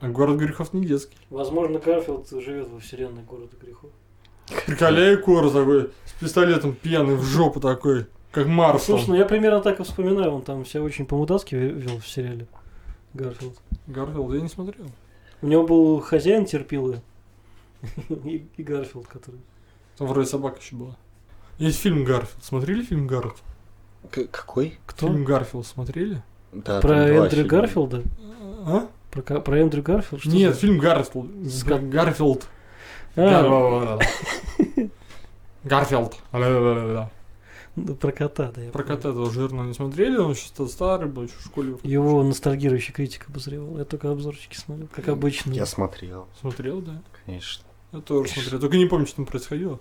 S2: А город грехов не детский.
S1: Возможно, Гарфилд живет во вселенной города грехов.
S2: Приколяю Кора такой, с пистолетом пьяный в жопу такой, как Марс. там.
S1: Слушай, ну я примерно так и вспоминаю, он там себя очень по-мудацки ве- вел в сериале ну, Гарфилд.
S2: Гарфилд я не смотрел.
S1: У него был хозяин терпилы и, и Гарфилд, который...
S2: Там вроде собака еще была. Есть фильм Гарфилд. Смотрели фильм Гарфилд?
S3: К- какой?
S1: Кто?
S2: Фильм Гарфилд смотрели?
S3: Да,
S1: про
S3: там два
S1: Эндрю
S3: фильма.
S1: Гарфилда?
S2: А?
S1: Про, ка- про Эндрю Гарфилд? Что
S2: Нет,
S1: за-
S2: фильм Гарфилд.
S1: С
S2: Га- Гарфилд.
S1: А,
S2: Гар- Гарфилд. Ла-ла-ла-ла-ла.
S1: да, ну, про кота, да. я
S2: Про
S1: помню.
S2: кота этого жирного не смотрели, он еще старый был, еще в школе
S1: Его ностальгирующий критик обозревал. Я только обзорчики смотрел, как обычно.
S3: Я смотрел,
S2: смотрел, да.
S3: конечно.
S2: Я тоже смотрел, только не помню, что там происходило.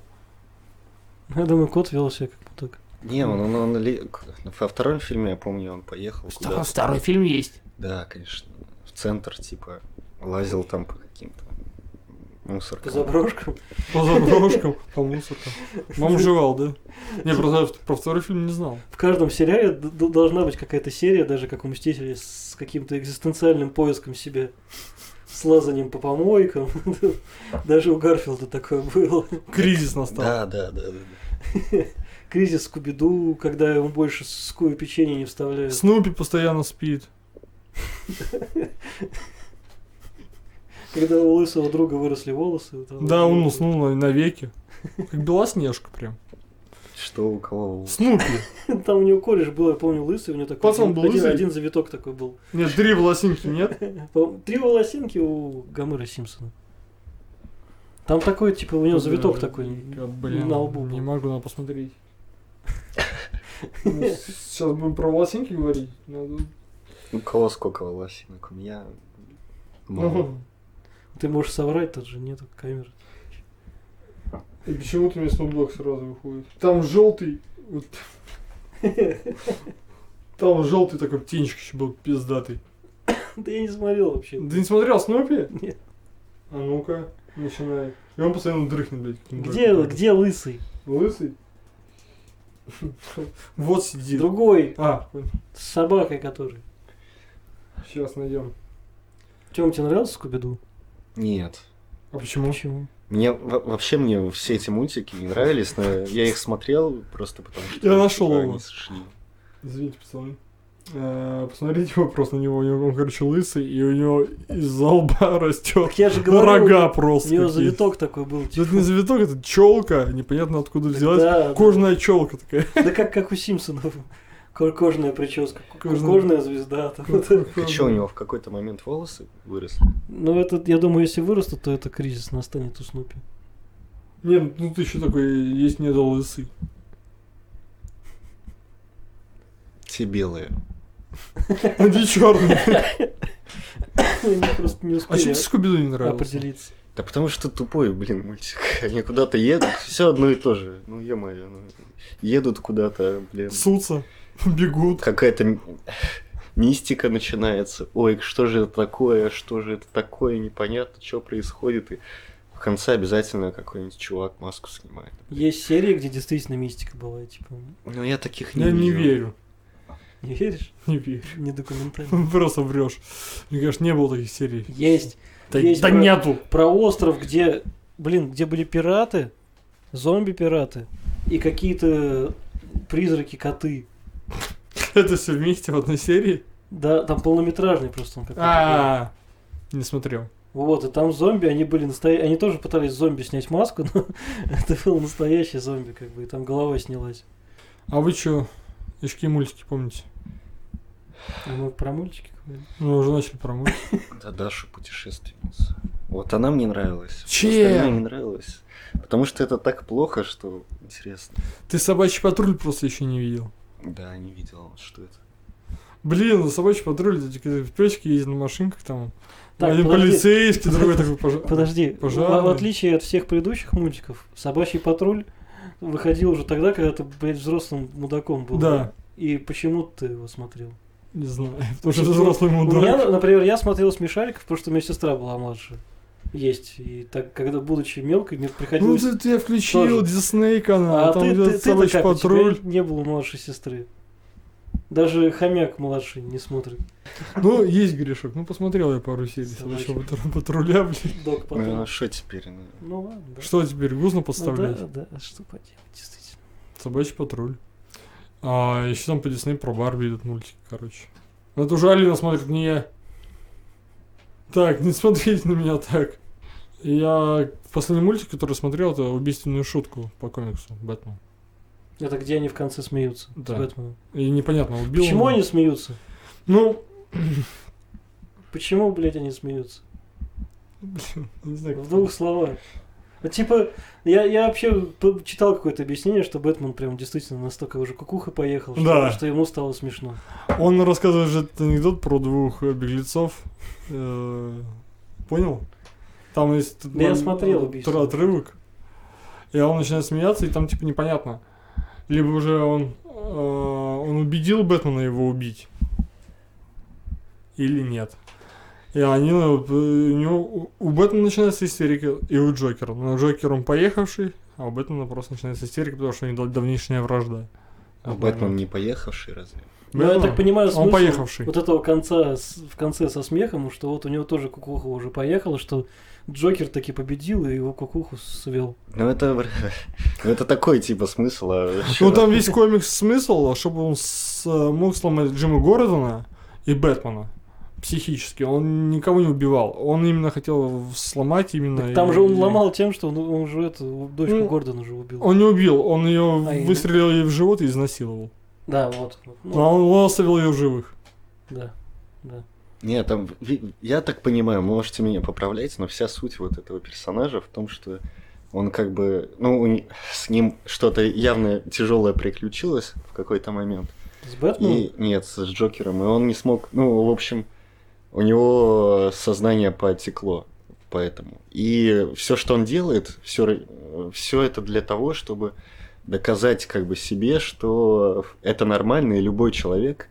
S1: Я думаю, кот вел себя как мудак.
S3: Не, он, он, он ли- к- во втором фильме, я помню, он поехал куда-то.
S2: фильм есть.
S3: Да, конечно. В центр, типа, лазил там по каким-то
S1: По
S3: мусоркам.
S1: заброшкам.
S2: По заброшкам, по мусоркам. Бомжевал, да? Не, просто про второй фильм не знал.
S1: В каждом сериале д- д- должна быть какая-то серия, даже как у Мстителей, с каким-то экзистенциальным поиском себя. С лазанием по помойкам. Даже у Гарфилда такое было.
S2: Кризис настал.
S3: Да, да, да, да.
S1: Кризис Скуби-Ду, когда ему больше скую печенье не вставляют.
S2: Снупи постоянно спит.
S1: Когда у лысого друга выросли волосы. вот там
S2: Да,
S1: вот.
S2: он уснул на- навеки. Как белоснежка прям.
S3: Что у кого?
S2: Снупи.
S1: Там у него кореш был, я помню, лысый, у него такой
S2: Пацан
S1: один-
S2: был
S1: один,
S2: лысый?
S1: один завиток такой был.
S2: Нет, три волосинки нет.
S1: По- Три волосинки у Гомера Симпсона. Там такой, типа, у него завиток
S2: Да,
S1: такой.
S2: да, Блин,
S1: на лбу
S2: Не
S1: был.
S2: могу, надо посмотреть. Сейчас будем про волосинки говорить. Надо
S3: У кого сколько волосинок? У меня
S1: Ну.
S3: мало.
S4: Ага.
S1: Ты можешь соврать, тут же нету камеры.
S4: И почему-то у меня сноубок сразу выходит. Там желтый. вот.
S2: Там желтый такой птенчик еще был пиздатый.
S1: Да я не смотрел вообще.
S2: Ты не смотрел Снупи?
S1: Нет.
S2: А ну-ка, начинай. И он постоянно дрыхнет, блядь. как
S1: Где,
S2: дурак.
S1: где лысый?
S4: Лысый.
S2: Вот сидит.
S1: Другой,
S2: А,
S1: с собакой который.
S4: Сейчас найдем.
S1: Тем, тебе нравился Скуби-Ду?
S3: Нет.
S2: а почему?
S1: Почему?
S3: Мне во- вообще мне все эти мультики не нравились, но я их смотрел просто потому что
S2: Я нашел
S3: типа,
S2: его.
S3: они сошли.
S2: Извините, пацаны. Э, Посмотрите вопрос на него. У него, он, короче, лысый, и у него из-за лба растет
S1: Так я же говорил,
S2: Ну, рога
S1: у
S2: просто.
S1: него
S2: какие-то.
S1: завиток такой был.
S2: Да Это не завиток, это челка. Непонятно откуда
S1: Так
S2: взялась.
S1: да, да.
S2: Кожная челка такая.
S1: Да как, как у Симпсонов. Ко- Кожная прическа, ко-
S2: Кожная.
S1: кожная звезда. там это.
S3: А что у него в какой-то момент волосы выросли?
S1: Ну, это, я думаю, если вырастут, то это кризис настанет у Снупи.
S2: Нет, ну ты еще такой есть не лысый.
S3: Те белые.
S2: А ты черный.
S1: Ну, Они просто не
S2: А чем
S1: успели
S2: тебе Скуби-Ду не нравился?
S1: определиться.
S3: Да потому что тупой, блин, мультик. Они куда-то едут, все одно и то же. Ну, е-мое, ну, едут куда-то, блин.
S2: Сутся, бегут.
S3: Какая-то м- мистика начинается. Ой, что же это такое, что же это такое, непонятно, что происходит. И в конце обязательно какой-нибудь чувак маску снимает.
S1: Есть серии, где действительно мистика была, типа,
S3: Ну, я таких не
S2: Я не
S3: видел.
S2: верю.
S1: не веришь?
S2: Не верю.
S1: Не документально.
S2: Просто врешь. Мне кажется, не было таких серий.
S1: Есть
S2: Да,
S1: Есть
S2: да
S1: про-
S2: нету.
S1: про остров, где, блин, где были пираты, зомби-пираты и какие-то призраки-коты.
S2: Это все вместе в одной серии.
S1: Да, там полнометражный просто он какой-то был.
S2: А, не смотрел.
S1: Вот, и там зомби, они были настоящие. Они тоже пытались зомби снять маску, но это был настоящий зомби, как бы, и там голова снялась.
S2: А вы чё, еще какие мультики помните?
S1: А Мы про мультики говорим.
S2: Мы уже начали про мультики.
S3: Да, Даша путешественница. Вот она мне нравилась.
S2: Чем?
S3: Остальное не нравилось. Потому что это так плохо, что интересно.
S2: Ты собачий патруль просто еще не видел.
S3: Да, не видел, что это.
S2: Блин, ну собачий патруль, эти печки ездят на машинках там.
S1: Так,
S2: Один
S1: подожди.
S2: полицейский, другой такой пожар.
S1: Подожди, в-
S2: Пожарный.
S1: в отличие от всех предыдущих мультиков, собачий патруль выходил уже тогда, когда ты, блядь, взрослым мудаком был.
S2: Да,
S1: И почему ты его смотрел?
S2: не знаю. Потому что это взрослый
S1: У меня,
S2: мудак.
S1: например, я смотрел смешариков, потому что у меня сестра была младше. Есть. И так, когда будучи мелкой, мне
S2: Ну
S1: приходилось.
S2: ты, ты я включил
S1: Тоже.
S2: Дисней канал,
S1: а
S2: там
S1: ты, ты,
S2: идет
S1: ты-то
S2: собачий
S1: как? У тебя
S2: патруль.
S1: не было младшей сестры. Даже хомяк младший не смотрит.
S2: Ну, есть грешок. Ну, посмотрел я пару серий собачьего патру- патруля, блин.
S1: Док
S3: Ну,
S1: потом.
S3: а что теперь? Ну,
S1: Ну ладно, да.
S2: Что теперь, грустно
S1: Ну да,
S2: подставлять?
S1: да, а что поделать, действительно.
S2: Собачий патруль. А еще там по Дисней про Барби идут мультики, короче. Но это уже Алина смотрит, не я. Так, не смотрите на меня так. Я последний мультик, который смотрел, это убийственную шутку по комиксу Бэтмен.
S1: Это где они в конце смеются
S2: Да.
S1: с Бэтменом.
S2: И непонятно, убил.
S1: Почему
S2: он-
S1: они смеются?
S2: Ну,
S1: Почему, блядь, они смеются?
S2: блин, не знаю.
S1: В двух словах. Вот, типа, я, я вообще п- читал какое-то объяснение, что Бэтмен прям действительно настолько уже кукуха поехал, что,
S2: Да.
S1: что ему стало смешно.
S2: Он рассказывает же этот анекдот про двух э, беглецов. Э, Понял? Там есть тот
S1: Да я
S2: мом-
S1: смотрел
S2: тот
S1: «Убийство».
S2: отрывок. И он начинает смеяться, и там типа непонятно. Либо уже он, э, он убедил Бэтмена его убить. Или нет. И они, ну, э, у, него, у- у Бэтмена начинается истерика, и у Джокера. Но Джокер он поехавший, а у Бэтмена просто начинается истерика, потому что у них дав- давнишняя вражда.
S3: а Бэтмен не поехавший разве?
S1: Но я так понимаю,
S2: Ну, Он
S1: смысл
S2: поехавший.
S1: вот этого конца с- в конце со смехом, что вот у него тоже кукуха уже поехала, что Джокер таки победил и его кукуху свел.
S3: Ну это, вр- ну, это такой типа смысл. а чё?
S2: Ну там весь комикс смысл, чтобы он с- э, мог сломать Джима Гордона и Бэтмена психически. Он никого не убивал. Он именно хотел в- сломать именно.
S1: Так там же
S2: и-
S1: он ломал тем, что он, он же эту дочку
S2: Ну,
S1: Гордона же убил.
S2: Он не убил, он ее
S1: А, и-
S2: выстрелил ей в живот и изнасиловал.
S1: Да, вот. вот. Ну,
S2: а он оставил ее в живых.
S1: да, да.
S3: Не, там, ви- я так понимаю, можете меня поправлять, но вся суть вот этого персонажа в том, что он как бы, ну, у не- с ним что-то явно тяжелое приключилось в какой-то момент.
S1: С Бэтменом?
S3: И нет, с Джокером. И он не смог. Ну, в общем, у него сознание потекло. Поэтому. И все, что он делает, все, все это для того, чтобы доказать как бы себе, что это нормально, и любой человек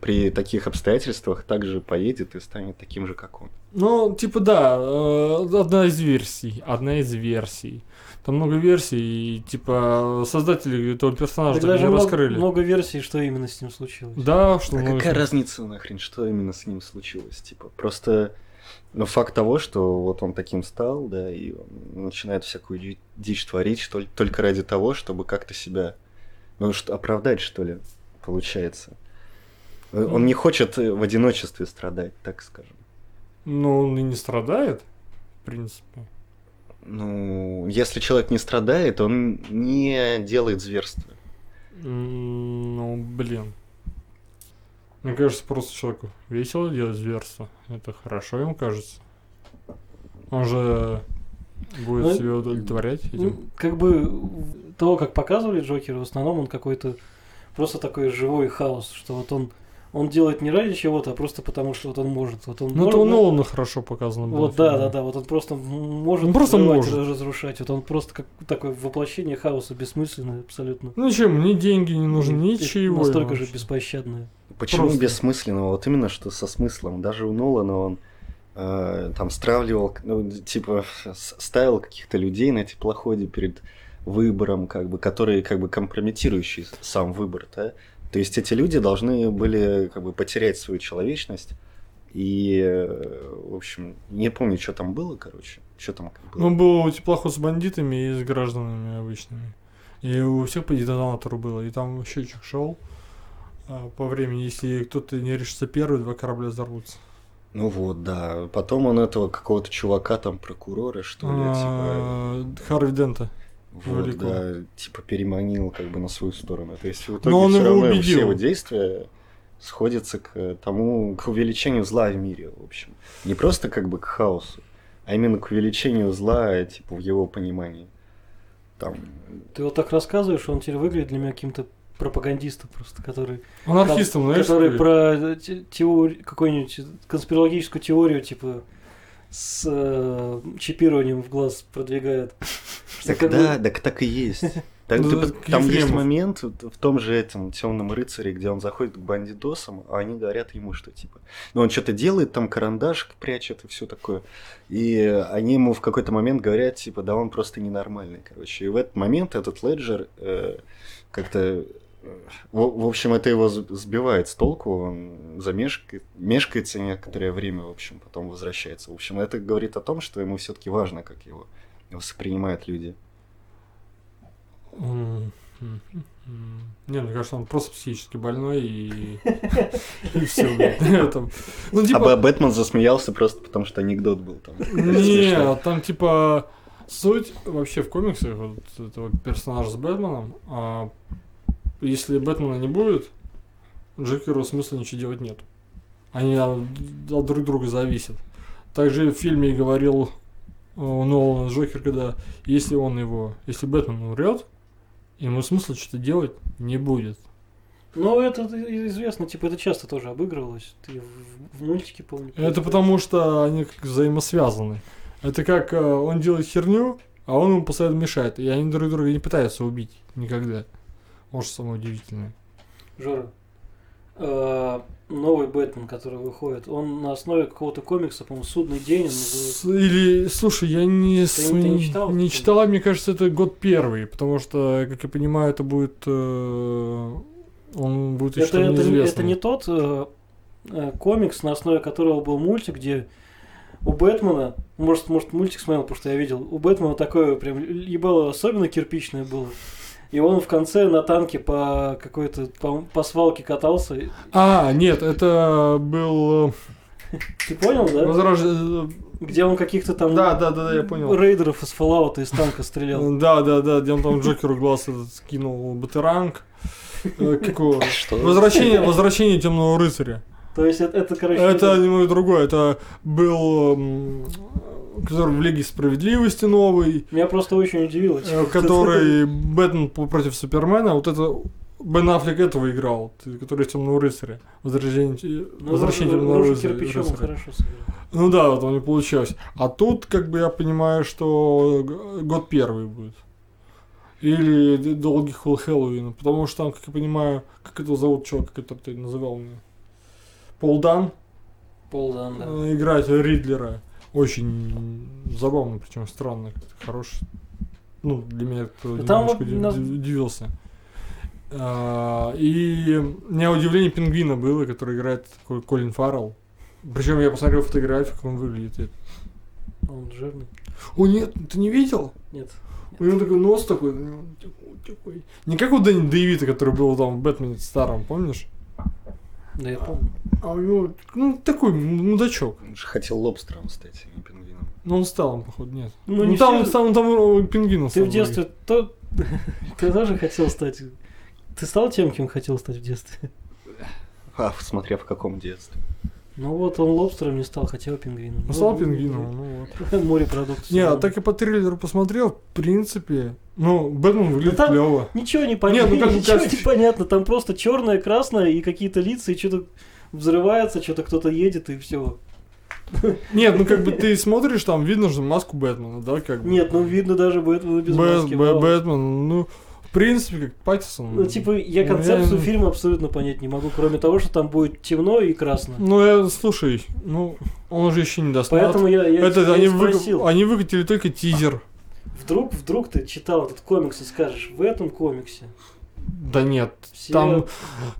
S3: при таких обстоятельствах также поедет и станет таким же, как он.
S2: Ну, типа, да, э, одна из версий. Одна из версий. Там много версий, и типа создатели этого персонажа
S1: Так
S2: так и
S1: даже
S2: не
S1: мно-
S2: раскрыли.
S1: много версий, что именно с ним случилось.
S2: Да, что
S3: А
S2: много
S3: какая
S2: чего.
S3: разница нахрен, что именно с ним случилось? Типа, просто ну, факт того, что вот он таким стал, да, и он начинает всякую ди- дичь творить, что ли, только ради того, чтобы как-то себя, ну, что, оправдать, что ли, получается. Э, Он не хочет э, в одиночестве страдать, так скажем.
S2: Но он и не страдает, в принципе.
S3: Ну, если человек не страдает, он не делает зверства.
S2: М, Ну, блин. Мне кажется, просто человеку весело делать зверство. Это хорошо ему кажется. Он же будет
S1: Ну,
S2: себя удовлетворять этим.
S1: Ну, как бы в- того, как показывали Джокера, в основном он какой-то просто такой живой хаос, что вот он он делает не ради чего-то, а просто потому, что вот он может. Вот он
S2: Ну,
S1: может-
S2: это у Нолана хорошо показано было.
S1: Вот, да, да, да, вот он просто м- может
S2: Он просто
S1: взрывать,
S2: может.
S1: раз- разрушать. Вот он просто как такое воплощение хаоса, бессмысленное абсолютно.
S2: Ну, чем? Мне деньги не нужны,
S1: И- и
S2: ничего.
S1: Настолько
S2: Ну, ему
S1: же
S2: вообще.
S1: беспощадное.
S3: Почему
S2: Просто.
S3: бессмысленного? Вот именно что со смыслом. Даже у Нолана он э, там стравливал, ну, типа, с- ставил каких-то людей на теплоходе перед выбором, как бы, которые как бы компрометирующий сам выбор, да? То есть эти люди должны были как бы потерять свою человечность и, э, в общем, не помню, что там было, короче, что там было.
S2: Ну, было у теплоход с бандитами и с гражданами обычными. И у всех по детонатору было. И там счетчик шел а, по времени. Если кто-то не решится первый, два корабля взорвутся.
S3: Ну вот, да. Потом он этого какого-то чувака там прокурора что ли, типа,
S2: А, Харви Дента.
S3: Вот,
S2: Велико.
S3: да, типа переманил как бы на свою сторону. То есть в итоге
S2: Но он
S3: все
S2: его
S3: равно
S2: убедил.
S3: все его действия сходятся к э, тому, к увеличению зла в мире, в общем. Не просто как бы к хаосу, а именно к увеличению зла, э, типа, в его понимании. Там,
S1: Ты вот так рассказываешь, он теперь выглядит для меня каким-то пропагандистом просто, который
S2: Он анархистом, знаешь,
S1: который
S2: такой.
S1: про э, те- теорию, какую-нибудь конспирологическую теорию, типа, с э, чипированием в глаз продвигает. Что
S3: так,
S1: как бы-
S3: да, так, так и есть. Так,
S2: Ну,
S3: ты по-
S2: к
S3: там есть
S2: Ефремов.
S3: момент вот в том же этом темном рыцаре, где он заходит к бандитосам, а они говорят ему, что типа. Ну, он что-то делает, там карандаш прячет и все такое. И э, они ему в какой-то момент говорят, типа, да он просто ненормальный, короче. И в этот момент этот Леджер э, как-то. э, В, в общем, это его з- сбивает с толку, он замешкает, мешкается некоторое время, в общем, потом возвращается. В общем, это говорит о том, что ему все-таки важно, как его воспринимают люди.
S2: М, м, м. Не, мне кажется, он просто психически больной и... И все, Ну,
S3: А
S2: типа,
S3: Б- Бэтмен засмеялся просто потому, что анекдот был там. Смешно.
S2: Нет, там типа суть вообще в комиксах вот этого персонажа с Бэтменом. а, если Бэтмена не будет, Джокеру смысла ничего делать нет. Они а, д- от друг друга зависят. Также в фильме и говорил э, Нолан Джокер, когда если он его, если Бэтмен умрет, ему смысла что-то делать не будет.
S1: Ну, это и- известно, типа, это часто тоже обыгрывалось. Ты в, в мультике помню.
S2: Это потому, что они как взаимосвязаны. Это как э, он делает херню, а он ему постоянно мешает. И они друг друга не пытаются убить никогда. Вот что самое удивительное.
S1: Жора, э, новый Бэтмен, который выходит, он на основе какого-то комикса, по-моему, «Судный день» он называется.
S2: С- Или, слушай, я не, с-
S1: не- ну, ты не
S2: не
S1: читал
S2: читал,
S1: этот фильм?
S2: а мне кажется, это год первый, потому что, как я понимаю, это будет, э, он будет еще
S1: это, это, не- это
S2: неизвестным.
S1: не тот э, э, комикс, на основе которого был мультик, где у Бэтмена, может, может мультик смотрел, потому что я видел, у Бэтмена такое прям ебало особенно кирпичное было. И он в конце на танке по какой-то по, по свалке катался.
S2: А, нет, это был э,
S1: Ты понял, да?
S2: возрож- э,
S1: Где он каких-то там
S2: Да, да, да, да, я понял. Ну,
S1: рейдеров из Fallout из танка стрелял.
S2: Да, да, да, где он там Джокеру глаз этот скинул батеранг. Э, Какого?
S3: Что?
S2: Возвращение, возвращение темного рыцаря.
S1: То есть это, это короче,
S2: Это
S1: это-
S2: немного другое. Это был, м, который в Лиге справедливости новый,
S1: меня просто очень удивило.
S2: э, который Бэтмен п- против Супермена. Вот это Бен Аффлек этого играл, т- который в «Темного рыцаря». Возвращение, те-
S1: Ну,
S2: возвращение «Темного
S1: Ружи
S2: рыцаря».
S1: кирпичом
S2: рыцаря.
S1: хорошо сыграл.
S2: Ну да, вот он не получилось. А тут, как бы я понимаю, что г- год первый будет. Или д- долгий Хол- Хэллоуин. Потому что там, как я понимаю, как это зовут человек, который ты называл мне? Полдан
S1: Пол Дан, да.
S2: э, играть Ридлера. Очень забавно, причем странно, как-то хорош. Ну, для меня это
S1: Да там
S2: немножко
S1: вот
S2: уди-
S1: на-
S2: уди- удивился. А, и у меня удивление пингвина было, который играет Кол- Колин Фаррелл. Причем я посмотрел фотографию, как он выглядит. и-
S1: Он жирный.
S2: О, нет, ты не видел?
S1: Нет.
S2: У него такой нос такой, м, такой, такой. Не как у Дэнни Дэвида, который был там в Бэтмене старом, помнишь?
S1: Да я помню.
S2: А у него, ну, такой м- мудачок.
S3: Он же хотел лобстером стать, а не пингвином.
S2: Но он стал, походу, нет.
S1: Ну,
S2: Ну,
S1: не
S2: там,
S1: все-
S2: там, там э, пингвином
S1: Ты
S2: стал
S1: в детстве то... Ты тоже хотел стать... Ты стал тем, кем хотел стать в детстве?
S3: А, смотря в каком детстве.
S1: Ну вот, он лобстером не стал, хотел пингвином. Ну,
S2: говорить. Ну, стал пингвином, ну вот.
S1: Морепродукты.
S2: Не, а так и по трейлеру посмотрел, в принципе, ну, Бэтмен выглядит
S1: там-
S2: клево.
S1: Ничего не понятно.
S2: Нет, ну как бы
S1: ничего
S2: кажется-
S1: не понятно. Там просто черное, красное и какие-то лица, и что-то взрывается, что-то кто-то едет, и все.
S2: Нет, ну как бы ты смотришь, там видно же маску Бэтмена, да, как бы.
S1: Нет, ну видно даже Бэтмена без
S2: Бэ-
S1: маски.
S2: Бэ-
S1: вау.
S2: Бэтмен, ну, в принципе, как Паттисон.
S1: Ну, типа, я
S2: Ну,
S1: концепцию
S2: реально.
S1: фильма абсолютно понять не могу, кроме того, что там будет темно и красно.
S2: Ну, я, слушай, ну, он же еще не доснат.
S1: Поэтому я, я
S2: Это,
S1: тебя и
S2: они, выга-
S1: спросил.
S2: они выкатили только тизер.
S1: Вдруг, вдруг ты читал этот комикс и скажешь, в этом комиксе
S2: Да нет,
S1: все...
S2: Там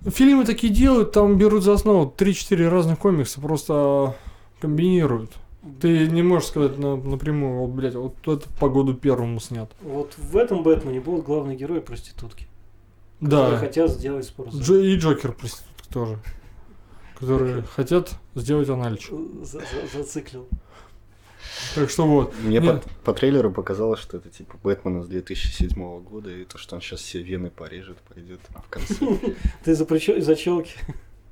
S2: фильмы такие делают, там берут за основу 3-4 разных комикса, просто комбинируют. Ты не можешь сказать на- напрямую, вот, блядь, вот это погоду первому снят.
S1: Вот в этом Бэтмене будут главные герои проститутки. которые
S2: Да.
S1: хотят сделать спортзал.
S2: Джо- и Джокер проститутка тоже. Которые хотят сделать анальч.
S1: За- за- Зациклил.
S2: Так что вот.
S3: Мне по,
S2: Нет.
S3: по трейлеру показалось, что это типа Бэтмен из 2007 года, и то, что он сейчас все вены порежет, пойдет в конце.
S1: Ты за причё- за челки.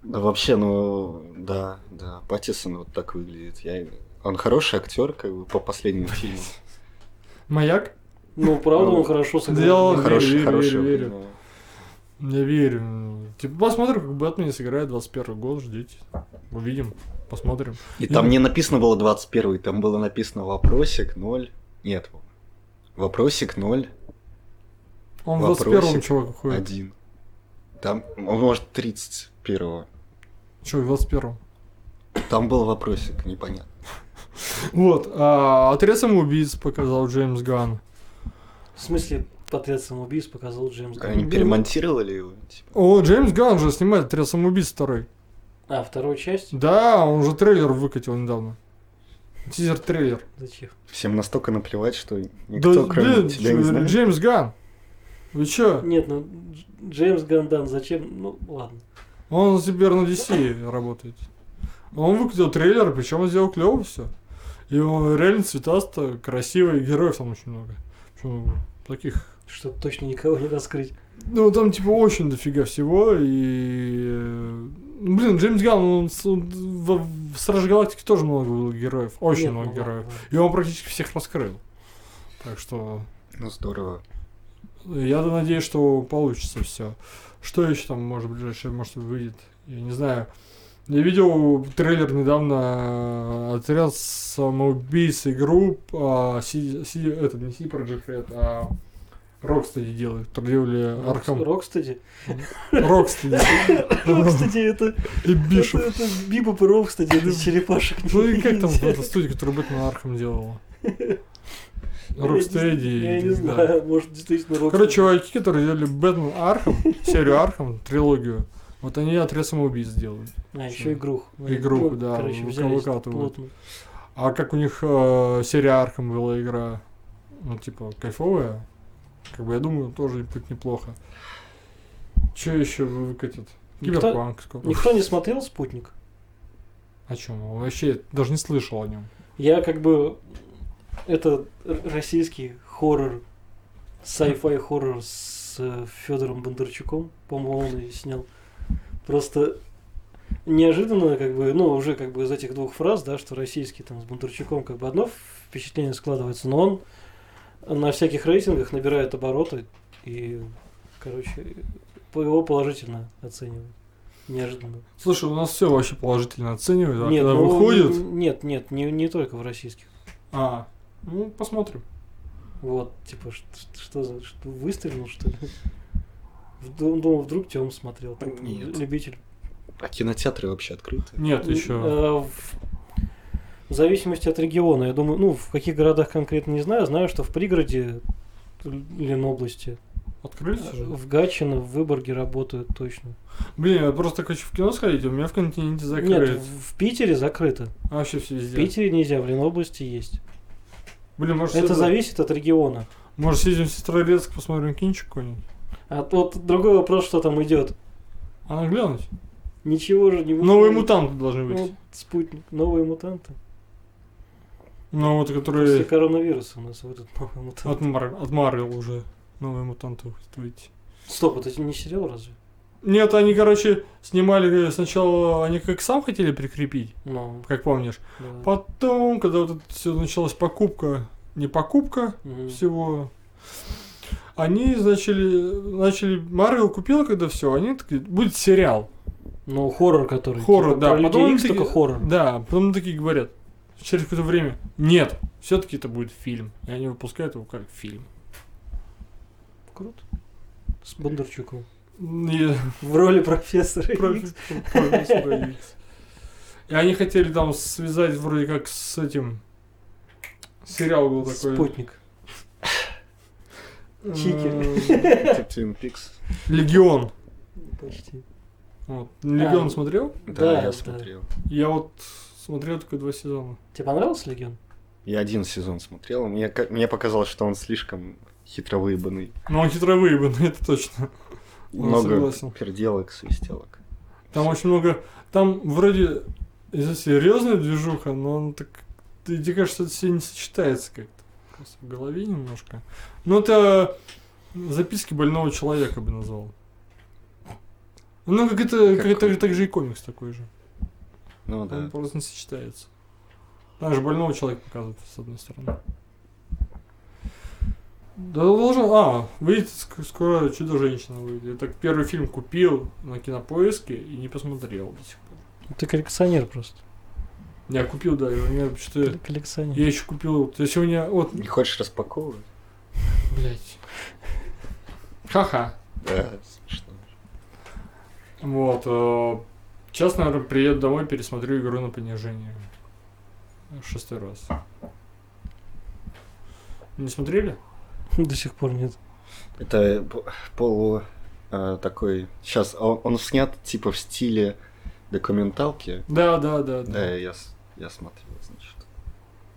S3: Да вообще, ну, да, да, Паттисон вот так выглядит. Я... Он хороший актер, как бы, по последнему фильму.
S2: Маяк?
S1: Ну, правда,
S3: Ну,
S1: он хорошо
S2: делал-
S1: сыграл.
S2: верю,
S3: Хороший,
S2: верю,
S3: хороший.
S2: верю,
S3: ну,
S2: Я верю. Типа, посмотрим, как Бэтмен сыграет 21 год, ждите. Увидим, посмотрим.
S3: И
S2: Я-
S3: там не написано было 21 там было написано вопросик 0. Нет, вопросик 0,
S2: Он в
S3: Вопросик
S2: 21-м чувак ходит.
S3: 1. Там, ну, может, 31
S2: Че, в 21-м?
S3: Там был вопросик, непонятно.
S2: Вот, а, отряд самоубийц показал Джеймс Ганн.
S1: В смысле, портрет самоубийц показал Джеймс Ганн.
S3: Они перемонтировали его? типа?
S2: О, Джеймс Ганн же снимает отряд самоубийц второй.
S1: А, вторую часть?
S2: Да, он же трейлер выкатил недавно. Тизер-трейлер.
S1: Зачем?
S3: Всем настолько наплевать, что никто,
S2: да,
S3: кроме
S2: блин,
S3: тебя, не
S2: Дж-
S3: знает.
S2: Джеймс Ганн. Вы чё?
S1: Нет, ну, Дж- Джеймс Гандан, зачем? Ну, ладно.
S2: Он теперь на DC работает. Он выкатил трейлер, причем он сделал клево все. И он реально цветасто, красиво, и героев там очень много. Причем таких
S1: Чтобы точно никого не раскрыть.
S2: Ну, там, типа, очень дофига всего, и... э, ну, Блин, Джеймс Ганн, он, с- он в, в «Страже Галактики» тоже много было героев, очень
S1: Нет,
S2: много
S1: ну,
S2: героев.
S1: ладно,
S2: И он практически всех раскрыл. Так что
S3: Ну, здорово.
S2: я надеюсь, что получится все. Что еще там, может, ближайшее, может, выйдет? Я не знаю. Я видел трейлер недавно э, отряд самоубийц и групп. а, Си- Си- это не CD Projekt Red, а Rocksteady делают. которые Делали
S1: ладно.
S2: Архам.
S1: Рокстеди?
S2: Рокстеди.
S1: Рокстеди это...
S2: И
S1: Это,
S2: Бишоп.
S1: это Бибоп и Рокстеди, это черепашек.
S2: Ну и как там
S1: ниндзя.
S2: эта студия, которая Бэтмен Архам делала?
S1: Я не-
S2: Рокстеди.
S1: Я
S2: да.
S1: не знаю, может, действительно Рокстеди.
S2: Короче, чуваки, которые делали Бэтмен Архам, серию Архам, трилогию, вот они отряд самоубийц делают.
S1: А, еще игру.
S2: Игруху,
S1: Ну,
S2: да,
S1: Короче,
S2: выка-
S1: взялись
S2: выкатывают.
S1: плотно.
S2: А как у них э, серия Архам была игра, ну, типа, кайфовая, как бы, я думаю, тоже будет неплохо. Че еще вы- выкатят?
S1: Никто-
S2: Киберпанк скоро.
S1: Никто не смотрел «Спутник»?
S2: О чем? Вообще, даже не слышал о нем.
S1: Я как бы... Это р- российский хоррор, sci-fi хоррор с Федором Бондарчуком, по-моему, он и снял. Просто неожиданно, как бы, ну, уже как бы из этих двух фраз, да, что российский там с Бондарчуком, как бы одно впечатление складывается, но он на всяких рейтингах набирает обороты и, короче, его положительно оценивают. Неожиданно.
S2: Слушай, у нас все вообще положительно оценивают, а когда
S1: ну,
S2: выходит...
S1: н- Нет, нет, не, не только в российских.
S2: А, ну, посмотрим.
S1: Вот, типа, ш- ш- что за... Что, выстрелил, что ли? Вд- Думал, вдруг Тем смотрел. так,
S3: Нет.
S1: Любитель.
S3: А кинотеатры вообще открыты?
S2: Нет,
S1: Н-
S2: еще...
S1: э, В в зависимости от региона. Я думаю, ну, в каких городах конкретно не знаю. Знаю, что в пригороде Ленобласти,
S2: Открылись уже?
S1: в Гатчино, в Выборге работают точно.
S2: Блин, я просто хочу в кино сходить, у меня в континенте закрыли.
S1: Нет, в в Питере закрыто.
S2: А вообще все
S1: В
S2: везде.
S1: Питере нельзя, в Ленобласти есть.
S2: Блин, может,
S1: Это
S2: съездим-
S1: зависит от региона.
S2: может съездим в Сестрорецк, посмотрим кинчик какой-нибудь?
S1: А вот другой вопрос, что там идет.
S2: А ну глянуть.
S1: Ничего же не
S2: Новые
S1: выходит.
S2: мутанты должны быть.
S1: Ну, спутник. Новые мутанты.
S2: Ну вот,
S1: После
S2: которые
S1: коронавируса у нас выйдут новые
S2: от,
S1: мутанты.
S2: Мар... от Марвел уже. Новые мутанты выйдут, выйти.
S1: Стоп, это не сериал разве?
S2: Нет, они, короче, снимали э, сначала, они как сам хотели прикрепить,
S1: Ну,
S2: как помнишь.
S1: да.
S2: Потом, когда вот это все началась покупка, не покупка
S1: Мгм.
S2: всего, они начали, начали, Марвел купила когда все, они такие, будет сериал.
S1: Ну, хоррор, который.
S2: Хоррор,
S1: типа,
S2: да.
S1: Про
S2: Потом
S1: Людей Икс,
S2: такие-
S1: только хоррор.
S2: Да, потом такие говорят, через какое-то время, нет, все-таки это будет фильм. И они выпускают его как фильм.
S1: Круто. С Бондарчуком.
S2: И-
S1: В роли профессора Икс.
S2: Профессора Икс. И они хотели там связать вроде как с этим... Сериал был такой.
S1: Спутник.
S2: э,
S1: Чики.
S3: Twin Peaks.
S2: Легион.
S1: Почти.
S2: Вот. Легион
S1: А.
S2: смотрел?
S1: Да,
S3: Да,
S1: да.
S3: я смотрел.
S2: Я вот смотрел только два сезона.
S1: Тебе понравился Легион?
S3: Я один сезон смотрел. Мне, ка- мне показалось, что он слишком хитро выебанный.
S2: Но он хитро выебанный, это точно. Он
S3: Много
S2: согласен.
S3: переделок, свистелок.
S2: Там очень много... Там вроде если серьезная движуха, но он так... ты- Тебе кажется, это все не сочетается как-то. Просто в голове немножко. Ну, это записки больного человека бы назвал. Ну, как это, как,
S3: Какой?
S2: это так же и комикс такой же.
S3: Ну да.
S2: Он просто не сочетается. Там же больного человека показывают, с одной стороны. Да должен... А, выйдет ск- скоро «Чудо-женщина» выйдет. Я так первый фильм купил на кинопоиске и не посмотрел до сих пор.
S1: Ты коллекционер просто.
S2: Я купил, да, и у меня что-то... Я
S1: Коллекционер.
S2: еще купил... То есть у меня... Вот,
S3: Не хочешь распаковывать?
S2: блядь. Ха-ха.
S3: Да, смешно.
S2: Вот. э, Сейчас, наверное, приеду домой, пересмотрю игру на понижение. Шестой раз. Не смотрели?
S1: До сих пор нет.
S3: Это п- полу э, такой. Сейчас он, он снят типа в стиле документалки.
S2: Да, да, да.
S3: Да, я, с- я смотрел, значит.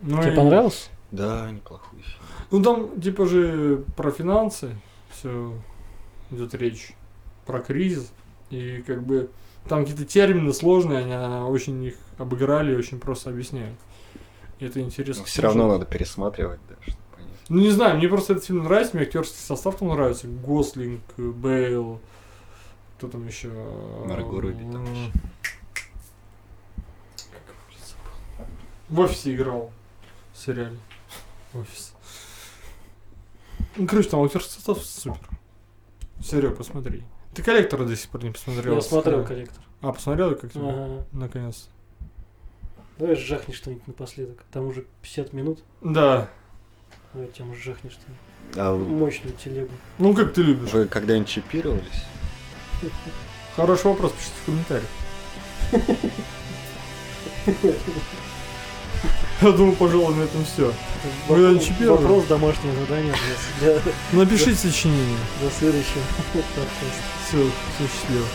S2: Ну,
S1: Тебе
S2: и-
S1: понравился?
S3: Да, неплохой фильм.
S2: Ну там типа же про финансы все идет речь, про кризис и как бы там какие-то термины сложные, они а, очень их обыграли, и очень просто объясняют. И это интересно.
S3: все равно
S2: слушать.
S3: надо пересматривать, да, чтобы понять.
S2: Ну не знаю, мне просто этот фильм нравится, мне актерский состав там нравится, Гослинг, Бейл, кто там еще?
S3: Марго Руби там
S2: М,
S3: ещё.
S2: как его, блин, забыл. В офисе играл в сериале. Офис. Ну, короче, там актерский состав супер. Серега, посмотри. Ты коллектора до сих пор не посмотрел.
S1: Я смотрел
S2: Скажи.
S1: коллектор.
S2: А, посмотрел как тебе?
S1: Ага.
S2: Наконец.
S1: Давай жахни что-нибудь напоследок. Там уже 50 минут.
S2: Да.
S1: Давай тему жахни что-нибудь.
S3: А вы,
S1: Мощную телегу.
S2: Ну, как ты любишь.
S3: вы когда-нибудь чипировались?
S2: Хороший вопрос, пишите в комментариях. Я думаю, пожалуй, на этом все. Вы
S1: Вопрос-
S2: анчипированы?
S1: Вопрос домашнего задания для, для-
S2: Напишите сочинение.
S1: для следующего подкаста.
S2: Все, все счастливо.